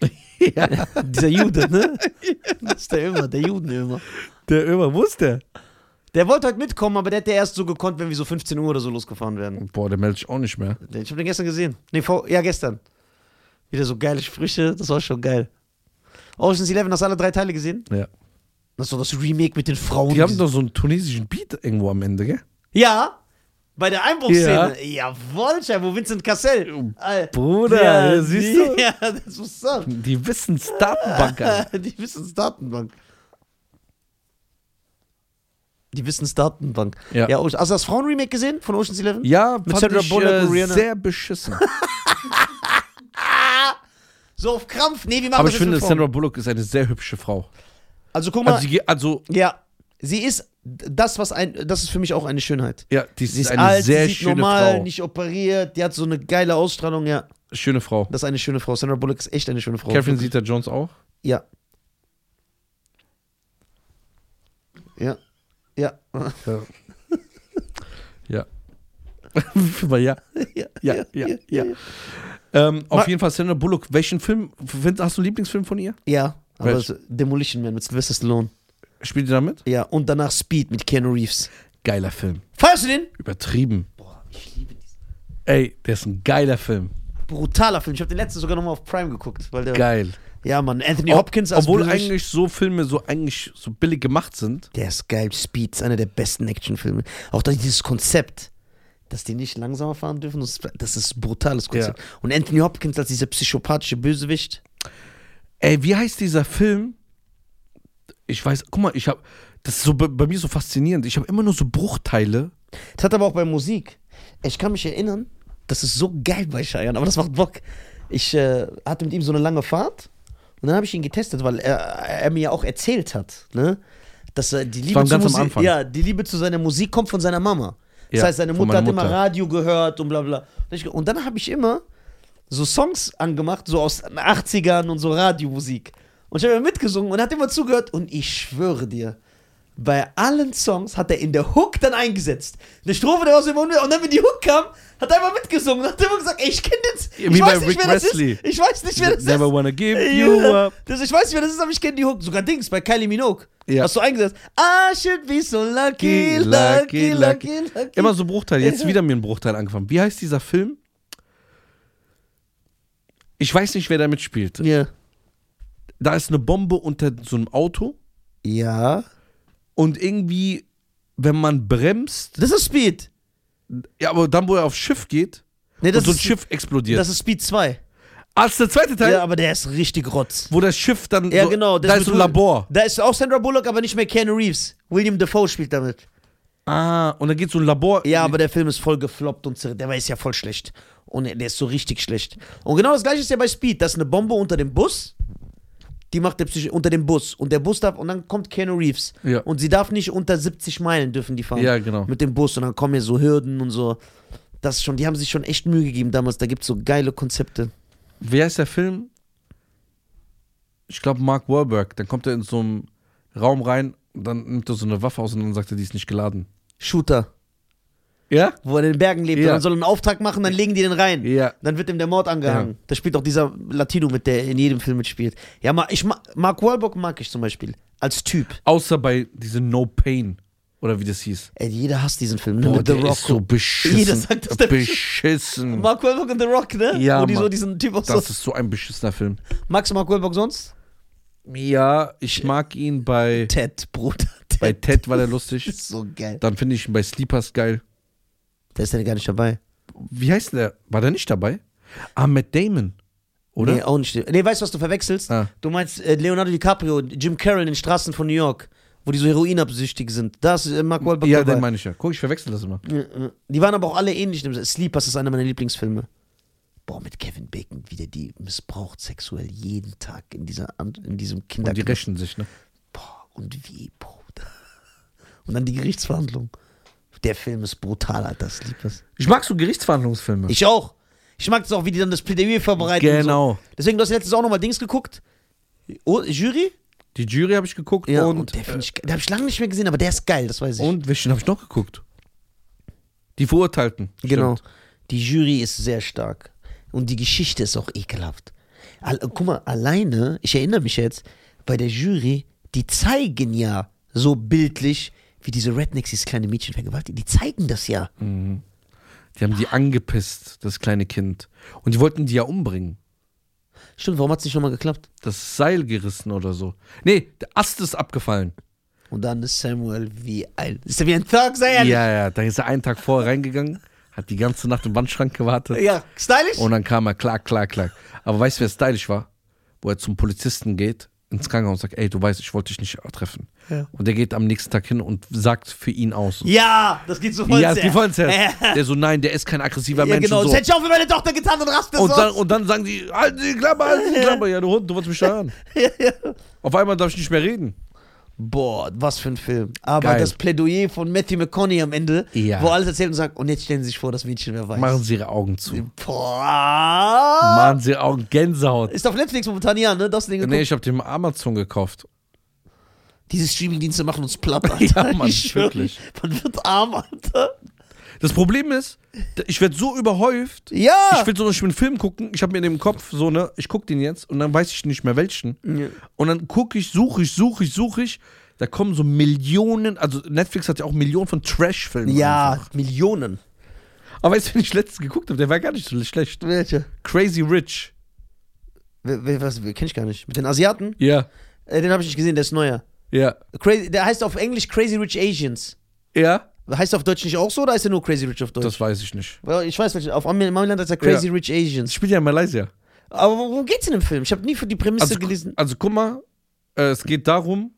Speaker 1: ja.
Speaker 2: Dieser Jude, ne? Das ist der immer, der Juden immer.
Speaker 1: Der Ömer, wo ist der?
Speaker 2: Der wollte heute mitkommen, aber der hätte erst so gekonnt, wenn wir so 15 Uhr oder so losgefahren wären.
Speaker 1: Boah, der meldet sich auch nicht mehr.
Speaker 2: Ich habe den gestern gesehen. Nee, vor, ja, gestern. Wieder so geile Sprüche, das war schon geil. Ocean's Eleven, hast du alle drei Teile gesehen?
Speaker 1: Ja.
Speaker 2: Das war das Remake mit den Frauen.
Speaker 1: Die haben doch so einen tunesischen Beat irgendwo am Ende, gell?
Speaker 2: ja, bei der Einbruchszene. Jawohl, Schei, wo Vincent Cassell. Al-
Speaker 1: Bruder,
Speaker 2: ja,
Speaker 1: ja, siehst du?
Speaker 2: Ja, das muss sein.
Speaker 1: Die wissen's Datenbank. Alter.
Speaker 2: Die Wissensdatenbank. Die Wissensdatenbank.
Speaker 1: Ja.
Speaker 2: ja Ocean- hast du das Frauenremake gesehen von Ocean's Eleven?
Speaker 1: Ja,
Speaker 2: Mit
Speaker 1: fand
Speaker 2: Sandra
Speaker 1: ich,
Speaker 2: Bullock und
Speaker 1: äh,
Speaker 2: Rihanna.
Speaker 1: sehr beschissen.
Speaker 2: So auf Krampf. Nee, wie machen
Speaker 1: Aber
Speaker 2: das
Speaker 1: ich
Speaker 2: jetzt mit
Speaker 1: finde,
Speaker 2: Frauen?
Speaker 1: Sandra Bullock ist eine sehr hübsche Frau.
Speaker 2: Also guck mal,
Speaker 1: Also, sie, ge- also
Speaker 2: ja, sie ist das, was ein, das ist für mich auch eine Schönheit.
Speaker 1: ja, die ist,
Speaker 2: Sie ist
Speaker 1: eine
Speaker 2: alt,
Speaker 1: sehr
Speaker 2: sie sieht
Speaker 1: schöne
Speaker 2: normal,
Speaker 1: Frau.
Speaker 2: nicht operiert, die hat so eine geile Ausstrahlung, ja.
Speaker 1: Schöne Frau.
Speaker 2: Das ist eine schöne Frau. Sandra Bullock ist echt eine schöne Frau.
Speaker 1: Catherine Zeta-Jones auch.
Speaker 2: Ja. Ja. Ja.
Speaker 1: Ja. ja. Aber ja.
Speaker 2: ja.
Speaker 1: Ja, ja, ja. Ähm, auf jeden Fall Sandra Bullock. Welchen Film, find, hast du einen Lieblingsfilm von ihr?
Speaker 2: Ja, aber
Speaker 1: Welch?
Speaker 2: so Demolition Man mit Sylvester Stallone.
Speaker 1: Spielt ihr damit?
Speaker 2: Ja, und danach Speed mit Keanu Reeves.
Speaker 1: Geiler Film.
Speaker 2: Feierst du den?
Speaker 1: Übertrieben.
Speaker 2: Boah, ich liebe diesen.
Speaker 1: Ey, der ist ein geiler Film.
Speaker 2: Brutaler Film. Ich habe den letzten sogar nochmal auf Prime geguckt. Weil der,
Speaker 1: Geil.
Speaker 2: Ja, Mann, Anthony Hopkins als
Speaker 1: Obwohl
Speaker 2: Bösewicht.
Speaker 1: eigentlich so Filme so eigentlich so billig gemacht sind.
Speaker 2: Der ist geil. Speed ist einer der besten Actionfilme. Auch da dieses Konzept, dass die nicht langsamer fahren dürfen, das ist- das ist ein brutales Konzept. Und Anthony Hopkins als dieser psychopathische Bösewicht.
Speaker 1: Ey, wie heißt dieser Film? Ich weiß, guck mal, ich habe das ist so bei, bei mir so faszinierend. Ich habe immer nur so Bruchteile.
Speaker 2: Das hat aber auch bei Musik. Ich kann mich erinnern, das ist so geil bei Scheiern, aber das macht Bock. Ich äh, hatte mit ihm so eine lange Fahrt und dann habe ich ihn getestet, weil er, er mir ja auch erzählt hat, ne? Dass er die Liebe,
Speaker 1: war
Speaker 2: zu
Speaker 1: ganz am
Speaker 2: Musik-
Speaker 1: Anfang.
Speaker 2: ja, die Liebe zu seiner Musik kommt von seiner Mama. Das
Speaker 1: Ja,
Speaker 2: heißt, seine
Speaker 1: von
Speaker 2: Mutter hat
Speaker 1: meiner
Speaker 2: immer
Speaker 1: Mutter.
Speaker 2: Radio gehört und bla bla. Und ich- Und dann habe ich immer so Songs angemacht, so aus den 80ern und so Radiomusik. Und ich habe mitgesungen und hat immer zugehört. Und ich schwöre dir, bei allen Songs hat er in der Hook dann eingesetzt. Eine Strophe, der war so immer unnötig. Und dann, wenn die Hook kam, hat er immer mitgesungen und hat immer gesagt, ey, ich kenne das. Ich
Speaker 1: Wie bei
Speaker 2: weiß nicht,
Speaker 1: Rick
Speaker 2: wer das
Speaker 1: Wesley. Ne,
Speaker 2: ist. Ich weiß nicht, wer das ist.
Speaker 1: Never wanna give you
Speaker 2: Ja,
Speaker 1: up.
Speaker 2: das, ich weiß nicht, wer das ist, aber ich kenne die Hook. Sogar Dings, bei Kylie Minogue.
Speaker 1: Ja.
Speaker 2: Hast du eingesetzt? I should be so lucky, lucky, lucky,
Speaker 1: Lucky, lucky.
Speaker 2: lucky.
Speaker 1: Immer so Bruchteile. Jetzt wieder mir ein Bruchteil angefangen. Wie heißt dieser Film? Ich weiß nicht, wer da mitspielt.
Speaker 2: Ja.
Speaker 1: Da ist eine Bombe unter so einem Auto
Speaker 2: ja.
Speaker 1: und irgendwie, wenn man bremst,
Speaker 2: Das ist Speed.
Speaker 1: ja, aber dann, wo er aufs Schiff geht
Speaker 2: Nee, das,
Speaker 1: und so ein
Speaker 2: ist,
Speaker 1: Schiff explodiert.
Speaker 2: das ist Speed 2.
Speaker 1: Ah, das ist der zweite Teil,
Speaker 2: Ja, aber der ist richtig rotz.
Speaker 1: wo das Schiff dann.
Speaker 2: Ja,
Speaker 1: so,
Speaker 2: genau. das
Speaker 1: Da
Speaker 2: mit
Speaker 1: ist so ein
Speaker 2: Will-
Speaker 1: Labor.
Speaker 2: Da ist auch Sandra Bullock, aber nicht mehr Keanu Reeves. William Defoe spielt damit.
Speaker 1: Ah, und dann geht so ein Labor.
Speaker 2: Ja, aber der Film ist voll gefloppt und zer- der war ist ja voll schlecht. Und der ist so richtig schlecht. Und genau das gleiche ist ja bei Speed. Da ist eine Bombe unter dem Bus. Die macht der Psych unter dem Bus. Und der Bus darf, und dann kommt Keanu Reeves.
Speaker 1: Ja.
Speaker 2: Und sie darf nicht unter 70 Meilen dürfen die fahren.
Speaker 1: Ja, genau.
Speaker 2: Mit dem Bus. Und dann kommen ja so Hürden und so. Das ist schon, die haben sich schon echt Mühe gegeben damals. Da gibt es so geile Konzepte.
Speaker 1: Wer ist der Film? Ich glaube, Mark Wahlberg. Dann kommt er in so einem Raum rein, und dann nimmt er so eine Waffe aus und dann sagt er, die ist nicht geladen.
Speaker 2: Shooter,
Speaker 1: Ja?
Speaker 2: wo er in den Bergen lebt.
Speaker 1: Ja.
Speaker 2: Und dann soll er einen Auftrag machen, dann legen die den rein.
Speaker 1: Ja.
Speaker 2: Dann wird ihm der Mord angehangen.
Speaker 1: Ja.
Speaker 2: Da spielt auch dieser Latino mit, der in jedem Film mitspielt. Ja, ma- ich, ma- Mark Wahlberg mag ich zum Beispiel. Als Typ.
Speaker 1: Außer bei diesem No Pain. Oder wie das hieß.
Speaker 2: Ey, jeder hasst diesen Film. Ne?
Speaker 1: Boah,
Speaker 2: mit The
Speaker 1: der
Speaker 2: Rock.
Speaker 1: ist so beschissen.
Speaker 2: Jeder sagt, dass der
Speaker 1: beschissen.
Speaker 2: Mark Wahlberg und The Rock, ne?
Speaker 1: Ja,
Speaker 2: Wo die so
Speaker 1: Mann.
Speaker 2: diesen Typ aus.
Speaker 1: Das ist so ein beschissener Film.
Speaker 2: Magst du Mark Wahlberg sonst?
Speaker 1: Ja, ich mag ihn bei,
Speaker 2: Ted, Bruder. Ted.
Speaker 1: bei Ted, weil er lustig
Speaker 2: ist so geil.
Speaker 1: Dann finde ich ihn bei Sleepers geil.
Speaker 2: Da ist er gar nicht dabei.
Speaker 1: Wie heißt denn der? War der nicht dabei? Ah, Matt Damon. Oder?
Speaker 2: Nee, auch nicht. Nee, weißt du, was du verwechselst?
Speaker 1: Ah.
Speaker 2: Du meinst äh, Leonardo DiCaprio, Jim Carroll in den Straßen von New York. wo die so heroinabsüchtig sind. Da ist äh, Mark Wahlberg
Speaker 1: Ja, den
Speaker 2: dabei.
Speaker 1: meine ich ja. Guck, ich verwechsel das immer.
Speaker 2: Die waren aber auch alle ähnlich. Sleepers ist einer meiner Lieblingsfilme. Boah, mit Kevin Bacon, wie der die missbraucht sexuell jeden Tag in, dieser, An- in diesem
Speaker 1: Und die
Speaker 2: Kindergarten.
Speaker 1: rächen sich, ne?
Speaker 2: Boah, und wie, Bruder. Und dann die Gerichtsverhandlung. Der Film ist brutal, Alter. Sleepers.
Speaker 1: Ich mag so Gerichtsverhandlungsfilme.
Speaker 2: Ich auch. Ich mag es auch, wie die dann das Plädoyer verbreiten. und
Speaker 1: Genau.
Speaker 2: So. Deswegen, du hast letztens auch nochmal Dings geguckt. Oh, Jury?
Speaker 1: die Jury habe ich geguckt
Speaker 2: und,
Speaker 1: und,
Speaker 2: der finde ich geil. Den habe ich lange nicht mehr gesehen, aber der ist geil, das weiß ich.
Speaker 1: Äh, und welchen habe ich noch geguckt? Die Verurteilten.
Speaker 2: Genau.
Speaker 1: Stimmt.
Speaker 2: Die Jury ist sehr stark. Und die Geschichte ist auch ekelhaft. Al guck mal, alleine, ich erinnere mich jetzt, bei der Jury, die zeigen ja so bildlich, wie diese Rednecks dieses kleine Mädchen vergewaltigen. Die zeigen das ja.
Speaker 1: Hm. Die haben die angepisst, das kleine Kind. Und die wollten die ja umbringen.
Speaker 2: Stimmt, warum hat es nicht nochmal geklappt?
Speaker 1: Das Seil gerissen oder so. Nee, der Ast ist abgefallen.
Speaker 2: Und dann ist Samuel wie ein. Ist er wie ein Thug, sei ehrlich.
Speaker 1: Ja, ja, da ist er einen Tag vorher reingegangen, hat die ganze Nacht im Wandschrank gewartet
Speaker 2: Ja, stylisch?
Speaker 1: und dann kam er, klack, klack, klack. Aber weißt du, wer stylisch war? Wo er zum Polizisten geht, ins Krankenhaus und sagt, ey, du weißt, ich wollte dich nicht treffen.
Speaker 2: Ja.
Speaker 1: Und der geht am nächsten Tag hin und sagt für ihn aus.
Speaker 2: ja, das geht so voll
Speaker 1: Ja,
Speaker 2: sehr.
Speaker 1: die wollen es
Speaker 2: Ja,
Speaker 1: Der so, nein, der ist kein aggressiver Mensch.
Speaker 2: genau.
Speaker 1: und
Speaker 2: Das
Speaker 1: so.
Speaker 2: hätte ich auch für meine Tochter getan und raste
Speaker 1: Und dann,
Speaker 2: sonst.
Speaker 1: und dann sagen die, halten Sie die Klappe, halten Sie die Klappe. Ja, du Hund, du wolltest mich da an. Auf einmal darf ich nicht mehr reden.
Speaker 2: Boah, was für ein Film. Aber
Speaker 1: Geil.
Speaker 2: das Plädoyer von Matthew McConaughey am Ende,
Speaker 1: Ja.
Speaker 2: wo alles erzählt und sagt, und jetzt stellen Sie sich vor, das Mädchen, wer weiß.
Speaker 1: Machen Sie Ihre Augen zu.
Speaker 2: Boah.
Speaker 1: Machen Sie Ihre Augen Gänsehaut.
Speaker 2: Ist auf Netflix momentan ja, ne? Das Ding
Speaker 1: Nee, ich habe den mal Amazon gekauft.
Speaker 2: Diese Streamingdienste machen uns platt, Alter.
Speaker 1: Ja, Mann,
Speaker 2: ich schwöre,
Speaker 1: wirklich.
Speaker 2: Man wird arm, Alter.
Speaker 1: Das Problem ist, d- ich werde so überhäuft.
Speaker 2: Ja.
Speaker 1: Ich will so nicht einen Film gucken. Ich habe mir in dem Kopf so, ne, ich gucke den jetzt und dann weiß ich nicht mehr welchen. Und dann gucke ich, suche ich, suche ich, suche ich. Da kommen so Millionen, also Netflix hat ja auch Millionen von Trash-Filmen.
Speaker 2: ja,
Speaker 1: einfach.
Speaker 2: Millionen.
Speaker 1: Aber weißt du, wenn ich letztens geguckt habe, der war gar nicht so schlecht.
Speaker 2: Welche?
Speaker 1: Crazy Rich.
Speaker 2: Wer, wer, was, kenn ich gar nicht. Mit den Asiaten?
Speaker 1: Ja.
Speaker 2: Äh, den habe ich nicht gesehen, der ist neuer.
Speaker 1: Ja.
Speaker 2: Crazy, der heißt auf Englisch Crazy Rich Asians.
Speaker 1: Ja.
Speaker 2: Heißt er auf Deutsch nicht auch so oder heißt er nur Crazy Rich auf Deutsch?
Speaker 1: Das weiß ich nicht.
Speaker 2: Weil ich weiß, welche- auf Amiland heißt er Crazy
Speaker 1: Ja.
Speaker 2: Rich Asians.
Speaker 1: Das spielt ja in Malaysia.
Speaker 2: Aber worum geht's in dem Film? Ich habe nie für die Prämisse
Speaker 1: Also,
Speaker 2: gelesen.
Speaker 1: also guck mal, äh, es geht darum,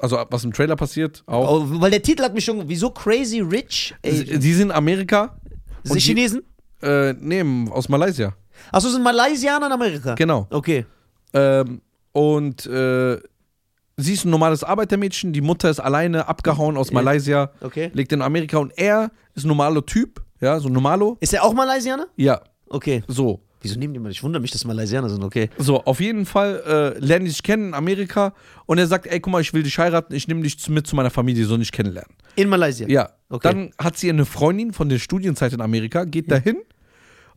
Speaker 1: also was im Trailer passiert, auch.
Speaker 2: Oh, weil der Titel hat mich schon. Wieso Crazy Rich?
Speaker 1: Sie,
Speaker 2: Ey,
Speaker 1: die sind in Amerika.
Speaker 2: sind
Speaker 1: die-
Speaker 2: Chinesen?
Speaker 1: Äh, nee, aus Malaysia.
Speaker 2: Achso, sind Malaysianer in Amerika.
Speaker 1: Genau.
Speaker 2: Okay.
Speaker 1: Ähm, und äh, sie ist ein normales Arbeitermädchen, die Mutter ist alleine abgehauen aus Malaysia,
Speaker 2: Okay.
Speaker 1: lebt in Amerika und er ist ein normaler Typ, ja, so ein normalo.
Speaker 2: Ist er auch Malaysianer?
Speaker 1: Ja,
Speaker 2: Okay.
Speaker 1: so.
Speaker 2: Wieso nehmen die mal? Ich wundere mich, dass Malaysianer sind, okay.
Speaker 1: So, auf jeden Fall äh, lernen die sich kennen in Amerika und er sagt, ey, guck mal, ich will dich heiraten, ich nehme dich zu- mit zu meiner Familie, so nicht kennenlernen.
Speaker 2: In Malaysia.
Speaker 1: Ja.
Speaker 2: Okay.
Speaker 1: Dann hat sie eine Freundin von der Studienzeit in Amerika, geht dahin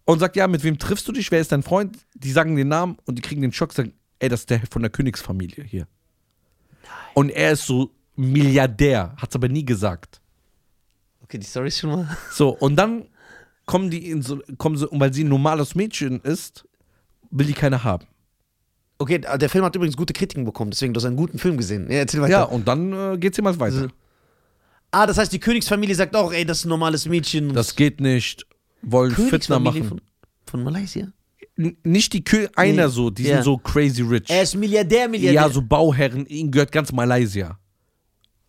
Speaker 1: und sagt, ja, mit wem triffst du dich? Wer ist dein Freund? Die sagen den Namen und die kriegen den Schock, sagen, ey, das ist der von der Königsfamilie hier. Und er ist so Milliardär, hat's aber nie gesagt.
Speaker 2: Okay, die Story ist schon mal.
Speaker 1: So, und dann kommen die in so, kommen so, und weil sie ein normales Mädchen ist, will die keine haben.
Speaker 2: Okay, der Film hat übrigens gute Kritiken bekommen, deswegen du hast einen guten Film gesehen. Ja, erzähl weiter.
Speaker 1: Ja, und dann äh, geht's jemals weiter.
Speaker 2: Ah, das heißt, die Königsfamilie sagt auch, ey, das ist ein normales Mädchen.
Speaker 1: Das geht nicht. Wollen Fitner
Speaker 2: Königsfamilie
Speaker 1: machen.
Speaker 2: Von, von Malaysia?
Speaker 1: N- Nicht die Kö einer so, die
Speaker 2: Ja.
Speaker 1: sind so crazy rich.
Speaker 2: Er ist Milliardär, Milliardär.
Speaker 1: Ja, so Bauherren, ihnen gehört ganz Malaysia.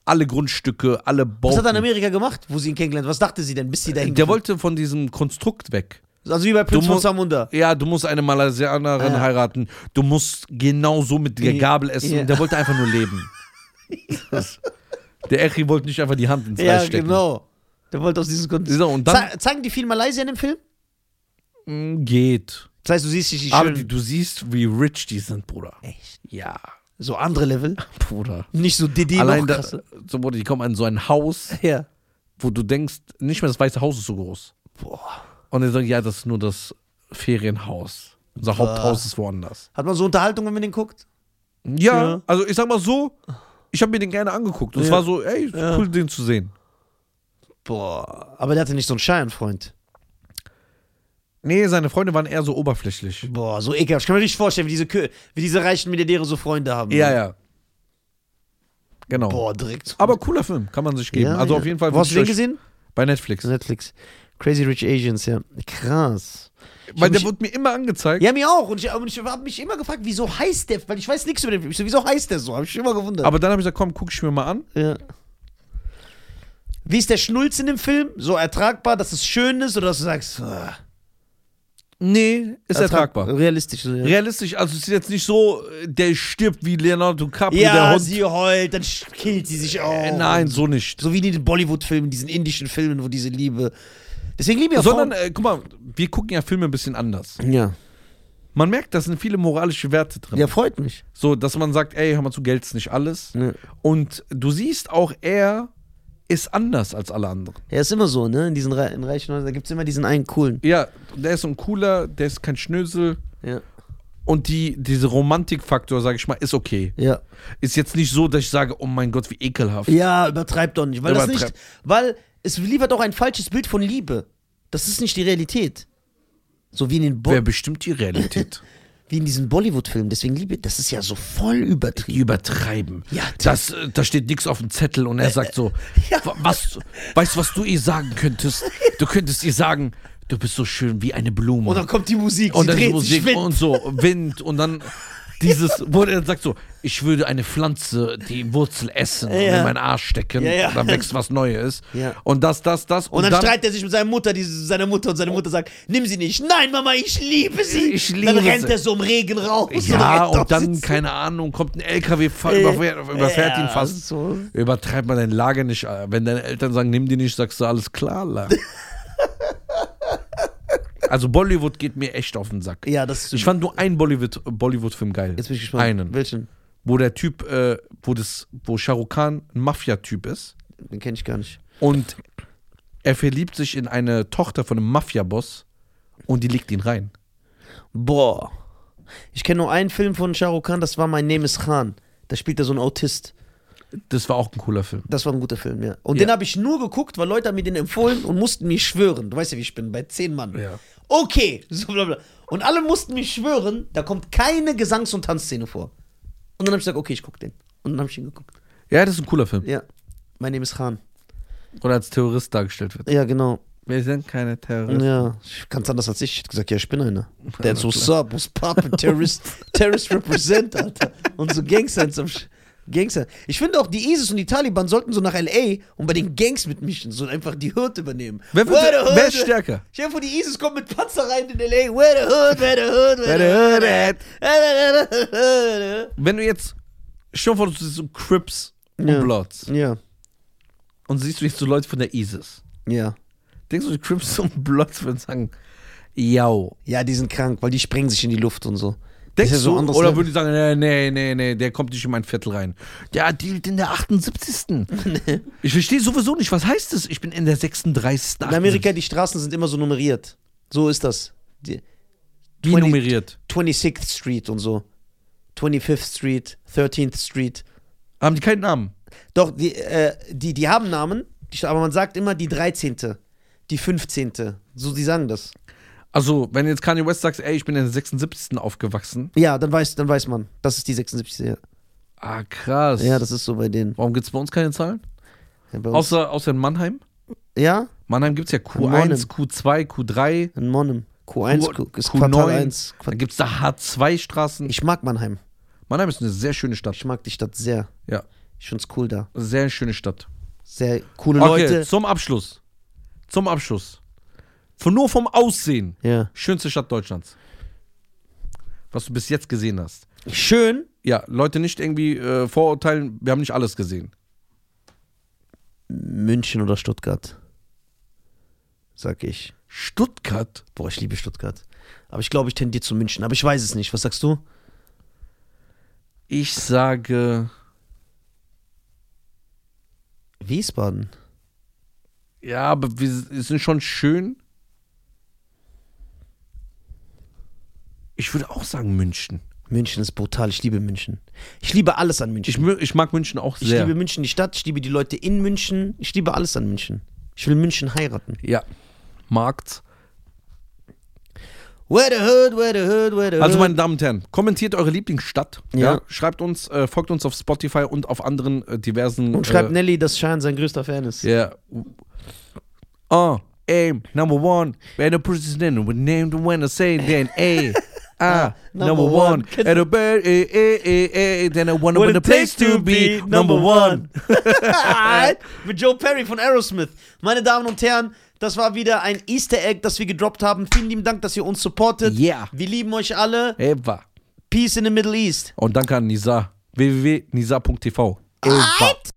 Speaker 1: Alle Grundstücke, alle
Speaker 2: Was hat er in
Speaker 1: Bauten.
Speaker 2: Amerika gemacht, wo sie ihn kennengelernt? Was dachte sie denn, bis sie dahin
Speaker 1: Der
Speaker 2: geflogen-
Speaker 1: wollte von diesem Konstrukt weg.
Speaker 2: Also wie bei Prinz von
Speaker 1: musst-
Speaker 2: Samunda.
Speaker 1: Ja, du musst eine Malaysianerin
Speaker 2: Ah.
Speaker 1: heiraten, du musst genau so mit der
Speaker 2: Ja.
Speaker 1: Gabel essen.
Speaker 2: Ja.
Speaker 1: Der wollte einfach nur leben. der Echi wollte nicht einfach die Hand ins Eis
Speaker 2: Ja,
Speaker 1: stecken.
Speaker 2: genau. Der wollte aus diesem Grund.
Speaker 1: So, und dann
Speaker 2: Ze zeigen die viel Malaysia in dem Film?
Speaker 1: Mm, geht.
Speaker 2: Das heißt, du siehst dich die
Speaker 1: Aber
Speaker 2: schönen.
Speaker 1: du siehst, wie rich Ah, die sind, Bruder.
Speaker 2: Echt?
Speaker 1: Ja,
Speaker 2: So andere Level.
Speaker 1: Bruder.
Speaker 2: Nicht so Didi
Speaker 1: Allein
Speaker 2: noch
Speaker 1: da,
Speaker 2: krasse.
Speaker 1: so, Bruder, die kommen an so ein Haus,
Speaker 2: Ja.
Speaker 1: wo du denkst, nicht mehr das Weiße Haus ist so groß.
Speaker 2: Boah.
Speaker 1: Und er sagt, ja, das ist nur das Ferienhaus. Unser
Speaker 2: Ah.
Speaker 1: Haupthaus ist woanders.
Speaker 2: Hat man so Unterhaltung, wenn man den guckt?
Speaker 1: Ja,
Speaker 2: Ja.
Speaker 1: also ich sag mal so, ich habe mir den gerne angeguckt. Und es
Speaker 2: Ja.
Speaker 1: war so, ey,
Speaker 2: Ja.
Speaker 1: cool, den zu sehen.
Speaker 2: Boah. Aber der hatte nicht so einen Schein, Freund.
Speaker 1: Nee, seine Freunde waren eher so oberflächlich.
Speaker 2: Boah, so ekelhaft. Ich kann mir richtig vorstellen, wie diese, Kö wie diese reichen Milliardäre so Freunde haben. ne?
Speaker 1: Ja, ja. Genau.
Speaker 2: Boah, direkt.
Speaker 1: Aber cooler Film, kann man sich geben.
Speaker 2: Ja,
Speaker 1: also
Speaker 2: ja.
Speaker 1: auf jeden Fall
Speaker 2: Wo hast du
Speaker 1: würd
Speaker 2: den
Speaker 1: ich euch-
Speaker 2: gesehen?
Speaker 1: bei Netflix.
Speaker 2: Netflix. Crazy Rich Asians, ja. Krass. Ich
Speaker 1: Weil
Speaker 2: hab
Speaker 1: der
Speaker 2: mich-
Speaker 1: wurde mir immer angezeigt.
Speaker 2: Ja, mir auch. Und ich, und ich habe mich immer gefragt, wieso heißt der? Weil ich weiß nichts über den Film. Ich so, wieso heißt der so? Habe ich mich immer gewundert.
Speaker 1: Aber dann habe ich gesagt, komm, guck ich mir mal an.
Speaker 2: ja. Wie ist der Schnulz in dem Film? So ertragbar, dass es schön ist oder dass du sagst, ah,
Speaker 1: Nee, ist ertragbar.
Speaker 2: Realistisch. So, ja,
Speaker 1: Realistisch, also es ist jetzt nicht so, äh, der stirbt wie Leonardo DiCaprio, der
Speaker 2: ja
Speaker 1: Hund.
Speaker 2: sie heult, dann sch- killt sie sich auch.
Speaker 1: Äh, nein, so nicht.
Speaker 2: So wie in den Bollywood-Filmen, diesen indischen Filmen, wo diese Liebe. Deswegen liebe ich ja
Speaker 1: Sondern,
Speaker 2: Frauen.
Speaker 1: äh, guck mal, wir gucken ja Filme ein bisschen anders.
Speaker 2: Äh, Ja.
Speaker 1: Man merkt, da sind viele moralische Werte drin.
Speaker 2: ja, freut mich.
Speaker 1: So, dass man sagt, ey, hör mal zu, Geld ist nicht alles.
Speaker 2: Ja.
Speaker 1: Und du siehst auch, er ist anders als alle anderen.
Speaker 2: Ja, ist immer so, ne? In diesen Re in reichen Häusern, da gibt es immer diesen einen coolen.
Speaker 1: Ja, der ist so ein cooler, der ist kein Schnösel.
Speaker 2: Ja.
Speaker 1: Und die, diese Romantikfaktor, sage ich mal, ist okay.
Speaker 2: Ja.
Speaker 1: Ist jetzt nicht so, dass ich sage, oh mein Gott, wie ekelhaft.
Speaker 2: Ja, übertreib doch nicht. Weil das
Speaker 1: Übertreib.
Speaker 2: nicht. Weil es liefert auch ein falsches Bild von Liebe. Das ist nicht die Realität. So wie in den Bo
Speaker 1: Wer bestimmt die Realität?
Speaker 2: wie in diesen Bollywood-Filmen. Deswegen liebe das ist ja so voll übertrieben.
Speaker 1: Die übertreiben.
Speaker 2: Ja, Äh,
Speaker 1: das, äh, da steht nichts auf dem Zettel und er sagt so,
Speaker 2: ja.
Speaker 1: "Wa- was, weißt du, was du ihr sagen könntest? Du könntest ihr sagen, du bist so schön wie eine Blume.
Speaker 2: Und dann kommt die Musik.
Speaker 1: und
Speaker 2: sie
Speaker 1: dann die
Speaker 2: dreht sich
Speaker 1: Musik
Speaker 2: wild.
Speaker 1: und so, Wind und dann dieses, wo er sagt so, ich würde eine Pflanze, die Wurzel essen und
Speaker 2: Ja.
Speaker 1: in meinen Arsch stecken
Speaker 2: Ja, ja.
Speaker 1: und dann wächst was Neues.
Speaker 2: Ja.
Speaker 1: Und das, das, das.
Speaker 2: Und dann, streitet er sich mit seiner Mutter, die, seiner Mutter und seine Mutter sagt, nimm sie nicht. Nein, Mama, ich liebe sie.
Speaker 1: Ich
Speaker 2: dann
Speaker 1: liebe
Speaker 2: rennt
Speaker 1: sie.
Speaker 2: er so im Regen raus.
Speaker 1: ja,
Speaker 2: rennt auf
Speaker 1: und dann,
Speaker 2: sie zu.
Speaker 1: keine Ahnung, kommt ein LKW, fahr-
Speaker 2: Äh,
Speaker 1: überfährt, überfährt
Speaker 2: ja,
Speaker 1: ihn fast.
Speaker 2: So.
Speaker 1: Übertreib mal dein Lager nicht. äh, Wenn deine Eltern sagen, nimm die nicht, sagst du alles klar. La. also Bollywood geht mir echt auf den Sack.
Speaker 2: Ja, das
Speaker 1: Ich fand nur einen Bollywood- Bollywood-Film geil.
Speaker 2: Jetzt bin ich gespannt.
Speaker 1: Einen.
Speaker 2: Welchen?
Speaker 1: Wo der Typ, äh, wo, das, wo Shah Rukh Khan ein Mafia-Typ ist
Speaker 2: Den kenne ich gar nicht.
Speaker 1: und er verliebt sich in eine Tochter von einem Mafia-Boss und die legt ihn rein.
Speaker 2: Boah. Ich kenne nur einen Film von Shah Rukh Khan, das war Mein Name is Khan. Da spielt er so einen Autist.
Speaker 1: Das war auch ein cooler Film.
Speaker 2: Das war ein guter Film, ja. Und
Speaker 1: Ja.
Speaker 2: den habe ich nur geguckt, weil Leute haben mir den empfohlen und mussten mir schwören. Du weißt ja, wie ich bin, bei zehn Mann.
Speaker 1: Ja.
Speaker 2: Okay, so bla bla. Und alle mussten mir schwören, da kommt keine Gesangs- und Tanzszene vor. Und dann habe ich gesagt, okay, ich gucke den. Und dann habe ich ihn geguckt.
Speaker 1: Ja, das ist ein cooler Film.
Speaker 2: Ja. Mein Name is Khan.
Speaker 1: Oder als Terrorist dargestellt wird.
Speaker 2: Ja, genau.
Speaker 1: Wir sind keine Terroristen.
Speaker 2: Ja, ganz anders als ich. Ich hätte gesagt, ja, ich bin einer. That's what's up, what's poppin', Terrorist, Terrorist represent, Alter. Und so Gangster in so einem Sch- Gangster. Ich finde auch, die ISIS und die Taliban sollten so nach L.A. und bei den Gangs mitmischen, so einfach die Hood übernehmen.
Speaker 1: Wer, wird,
Speaker 2: Where the hood?
Speaker 1: wer ist stärker?
Speaker 2: Ich hab vor, die ISIS kommen mit Panzer rein in L.A. Where the hood, where the hood, where the hood. Where the hood.
Speaker 1: wenn du jetzt schon vor du siehst so Crips
Speaker 2: Ja.
Speaker 1: und Bloods
Speaker 2: Ja,
Speaker 1: und siehst du jetzt so Leute von der ISIS,
Speaker 2: ja.
Speaker 1: denkst du, die Crips und Bloods würden sagen, yo.
Speaker 2: Ja, die sind krank, weil die sprengen sich in die Luft und so. Das
Speaker 1: Denkst
Speaker 2: ist ja so
Speaker 1: du,
Speaker 2: anderes
Speaker 1: oder
Speaker 2: Level.
Speaker 1: würden die sagen, nee, nee, nee, nee, der kommt nicht in mein Viertel rein. Der dealt in der 78. ich verstehe sowieso nicht, was heißt das? Ich bin in der 36.
Speaker 2: In Amerika, die Straßen sind immer so nummeriert. So ist das. Die
Speaker 1: wie
Speaker 2: 20
Speaker 1: nummeriert.
Speaker 2: 26th Street und so. 25th Street, 13th Street.
Speaker 1: Haben die keinen Namen?
Speaker 2: Doch, die, äh, die, die haben Namen, die, aber man sagt immer die 13., die 15. So, die sagen das.
Speaker 1: Also, wenn jetzt Kanye West sagt, ey, ich bin in der 76. aufgewachsen.
Speaker 2: Ja, dann weiß, dann weiß man. Das ist die 76. Ja,
Speaker 1: Ah, krass.
Speaker 2: ja das ist so bei denen.
Speaker 1: Warum gibt es bei uns keine Zahlen?
Speaker 2: Ja, bei uns.
Speaker 1: Außer, außer in Mannheim?
Speaker 2: ja?
Speaker 1: Mannheim gibt es ja
Speaker 2: Moin.
Speaker 1: Q1, Q2, Q3.
Speaker 2: in Monnem. Q1
Speaker 1: Q-
Speaker 2: Q, ist
Speaker 1: Q9.
Speaker 2: Quartal 1.
Speaker 1: Dann gibt es da H2-Straßen.
Speaker 2: Ich mag Mannheim.
Speaker 1: Mannheim ist eine sehr schöne Stadt.
Speaker 2: Ich mag die Stadt sehr.
Speaker 1: Ja,
Speaker 2: Ich find's cool da.
Speaker 1: sehr schöne Stadt.
Speaker 2: Sehr coole
Speaker 1: Okay,
Speaker 2: Leute.
Speaker 1: zum Abschluss. Zum Abschluss. Von nur vom Aussehen.
Speaker 2: Ja.
Speaker 1: Schönste Stadt Deutschlands. Was du bis jetzt gesehen hast.
Speaker 2: Schön.
Speaker 1: Ja, Leute nicht irgendwie äh, vorurteilen, wir haben nicht alles gesehen.
Speaker 2: München oder Stuttgart. Sag ich.
Speaker 1: Stuttgart?
Speaker 2: Boah, ich liebe Stuttgart. Aber ich glaube, ich tendiere zu München. Aber ich weiß es nicht. Was sagst du?
Speaker 1: Ich sage,
Speaker 2: Wiesbaden.
Speaker 1: ja, aber wir es sind schon schön. Ich würde auch sagen München.
Speaker 2: München ist brutal. Ich liebe München. Ich liebe alles an München.
Speaker 1: Ich, mö- ich mag München auch
Speaker 2: Ich,
Speaker 1: sehr.
Speaker 2: liebe München, die Stadt. Ich liebe die Leute in München. Ich liebe alles an München. Ich will München heiraten.
Speaker 1: ja. Markt.
Speaker 2: Where the hood, where the hood, where the hood.
Speaker 1: Also, meine Damen und Herren, kommentiert eure Lieblingsstadt. Ja.
Speaker 2: Ja.
Speaker 1: Schreibt uns, äh, folgt uns auf Spotify und auf anderen äh, diversen.
Speaker 2: Und schreibt
Speaker 1: äh,
Speaker 2: Nelly, dass Schein sein größter Fan ist.
Speaker 1: Ja. Ah, aim, number one. When the president we name the winner, say then A. Ah, number,
Speaker 2: number one.
Speaker 1: one. And a bird, eh, eh, eh, eh, then I wanna
Speaker 2: What
Speaker 1: win
Speaker 2: it
Speaker 1: the place to be number one.
Speaker 2: Alright, Mit Joe Perry von Aerosmith. Meine Damen und Herren, das war wieder ein Easter Egg, das wir gedroppt haben. Vielen lieben Dank, dass ihr uns supportet.
Speaker 1: Yeah.
Speaker 2: Wir lieben euch alle.
Speaker 1: Eva.
Speaker 2: Peace in the Middle East.
Speaker 1: Und danke an Nisa. www.nisa.tv. Eva.
Speaker 2: Alright.